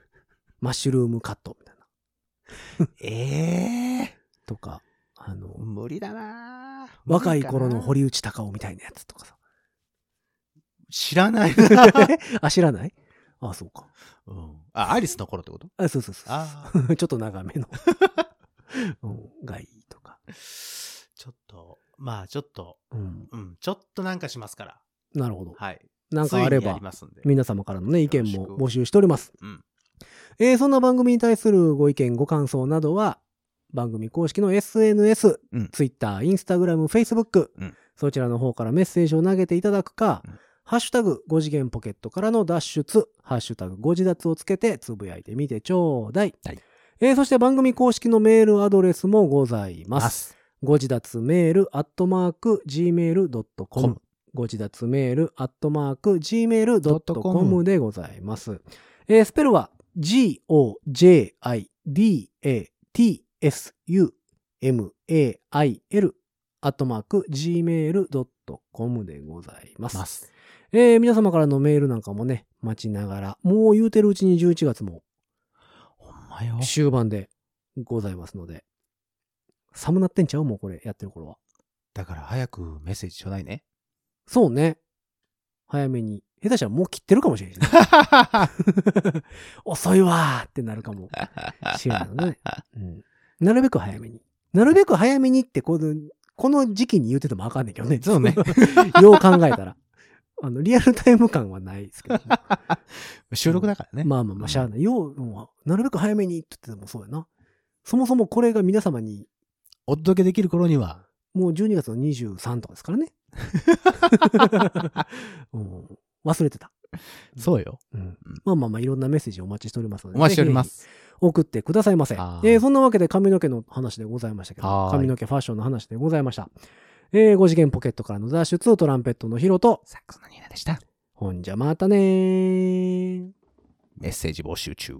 Speaker 2: *laughs* マッシュルームカットみたいな。
Speaker 3: ええ
Speaker 2: とか、あの、
Speaker 3: 無理だなあ
Speaker 2: 若い頃の
Speaker 3: 無理
Speaker 2: 堀内孝雄みたいなやつと
Speaker 3: *laughs*
Speaker 2: かさ。
Speaker 3: かな知らない *laughs* な
Speaker 2: あ、知らないあ、そうか。
Speaker 3: うん。あ、アリスの頃ってこと
Speaker 2: あ、そうそうそう
Speaker 3: あ *laughs*
Speaker 2: そう *laughs* ちょっと長めの、うん、がいいとか。
Speaker 3: ちょっと、まあちょっと、
Speaker 2: うん、
Speaker 3: うん、ちょっとなんかしますから。
Speaker 2: なるほど。
Speaker 3: はい。
Speaker 2: なんかあれ
Speaker 3: ついにや
Speaker 2: ば
Speaker 3: り、ますんで。
Speaker 2: 皆様からのね、意見
Speaker 3: よ
Speaker 2: も
Speaker 3: ろしく
Speaker 2: 募集しております。
Speaker 3: うん
Speaker 2: えーそんな番組に対するご意見、ご感想などは、番組公式の SNS、
Speaker 3: うん
Speaker 2: Twitter、Instagram、Facebook、
Speaker 3: うん
Speaker 2: そちらの方からメッセージを投げていただくか、
Speaker 3: うん
Speaker 2: ハッシュタグ5次元ポケットからの脱出、ハッシュタグ5次脱をつけてつぶやいてみてちょうだい。
Speaker 3: はい
Speaker 2: えーそして番組公式のメールアドレスもございます。
Speaker 3: す。
Speaker 2: ご自立メールアットマーク gmail.com
Speaker 3: com
Speaker 2: ご自立メールアットマーク gmail.com でございます。えースペルは g-o-j-i-d-a-t-s-u-m-a-i-l アットマーク gmail.com でございます。
Speaker 3: ます。
Speaker 2: えー皆様からのメールなんかもね、待ちながら、もう言うてるうちに11月も
Speaker 3: ほんまよ。
Speaker 2: 終盤でございますので、寒なってんちゃうもうこれやってる頃は。
Speaker 3: だから早くメッセージちょうだい *laughs* ね。
Speaker 2: そうね。早めに。下手したらもう切ってるかもしれないしね、 *laughs* 遅いわーってなるかもしれないよね。うん、なるべく早めに。なるべく早めにってこの、この時期に言っててもわかんないけどね。
Speaker 3: そうね
Speaker 2: *laughs* よう考えたら。あの、リアルタイム感はないですけ
Speaker 3: *laughs*
Speaker 2: ど、
Speaker 3: 収録だからね。
Speaker 2: まあまあまあ、しゃあない。よう、もうなるべく早めにって言っててもそうやな。そもそもこれが皆様に、
Speaker 3: お届けできる頃には、
Speaker 2: もう12月の23とかですから
Speaker 3: *laughs*
Speaker 2: ね。 *laughs* うん忘れてた。
Speaker 3: そうよ。
Speaker 2: うんまあまあまあ、いろんなメッセージお待ちしておりますので。
Speaker 3: お待ちしておりま
Speaker 2: ぜひぜ
Speaker 3: す。
Speaker 2: ひ。送ってくださいませ。え
Speaker 3: はーい
Speaker 2: ーそんなわけで髪の毛の話でございましたけど
Speaker 3: は、ーい
Speaker 2: 髪の毛ファッションの話でございました。えー、5次元ポケットからの脱出をトランペットのヒロと、
Speaker 3: サックスのニーナでした。
Speaker 2: ほんじゃまたねー。
Speaker 3: メッセージ募集中。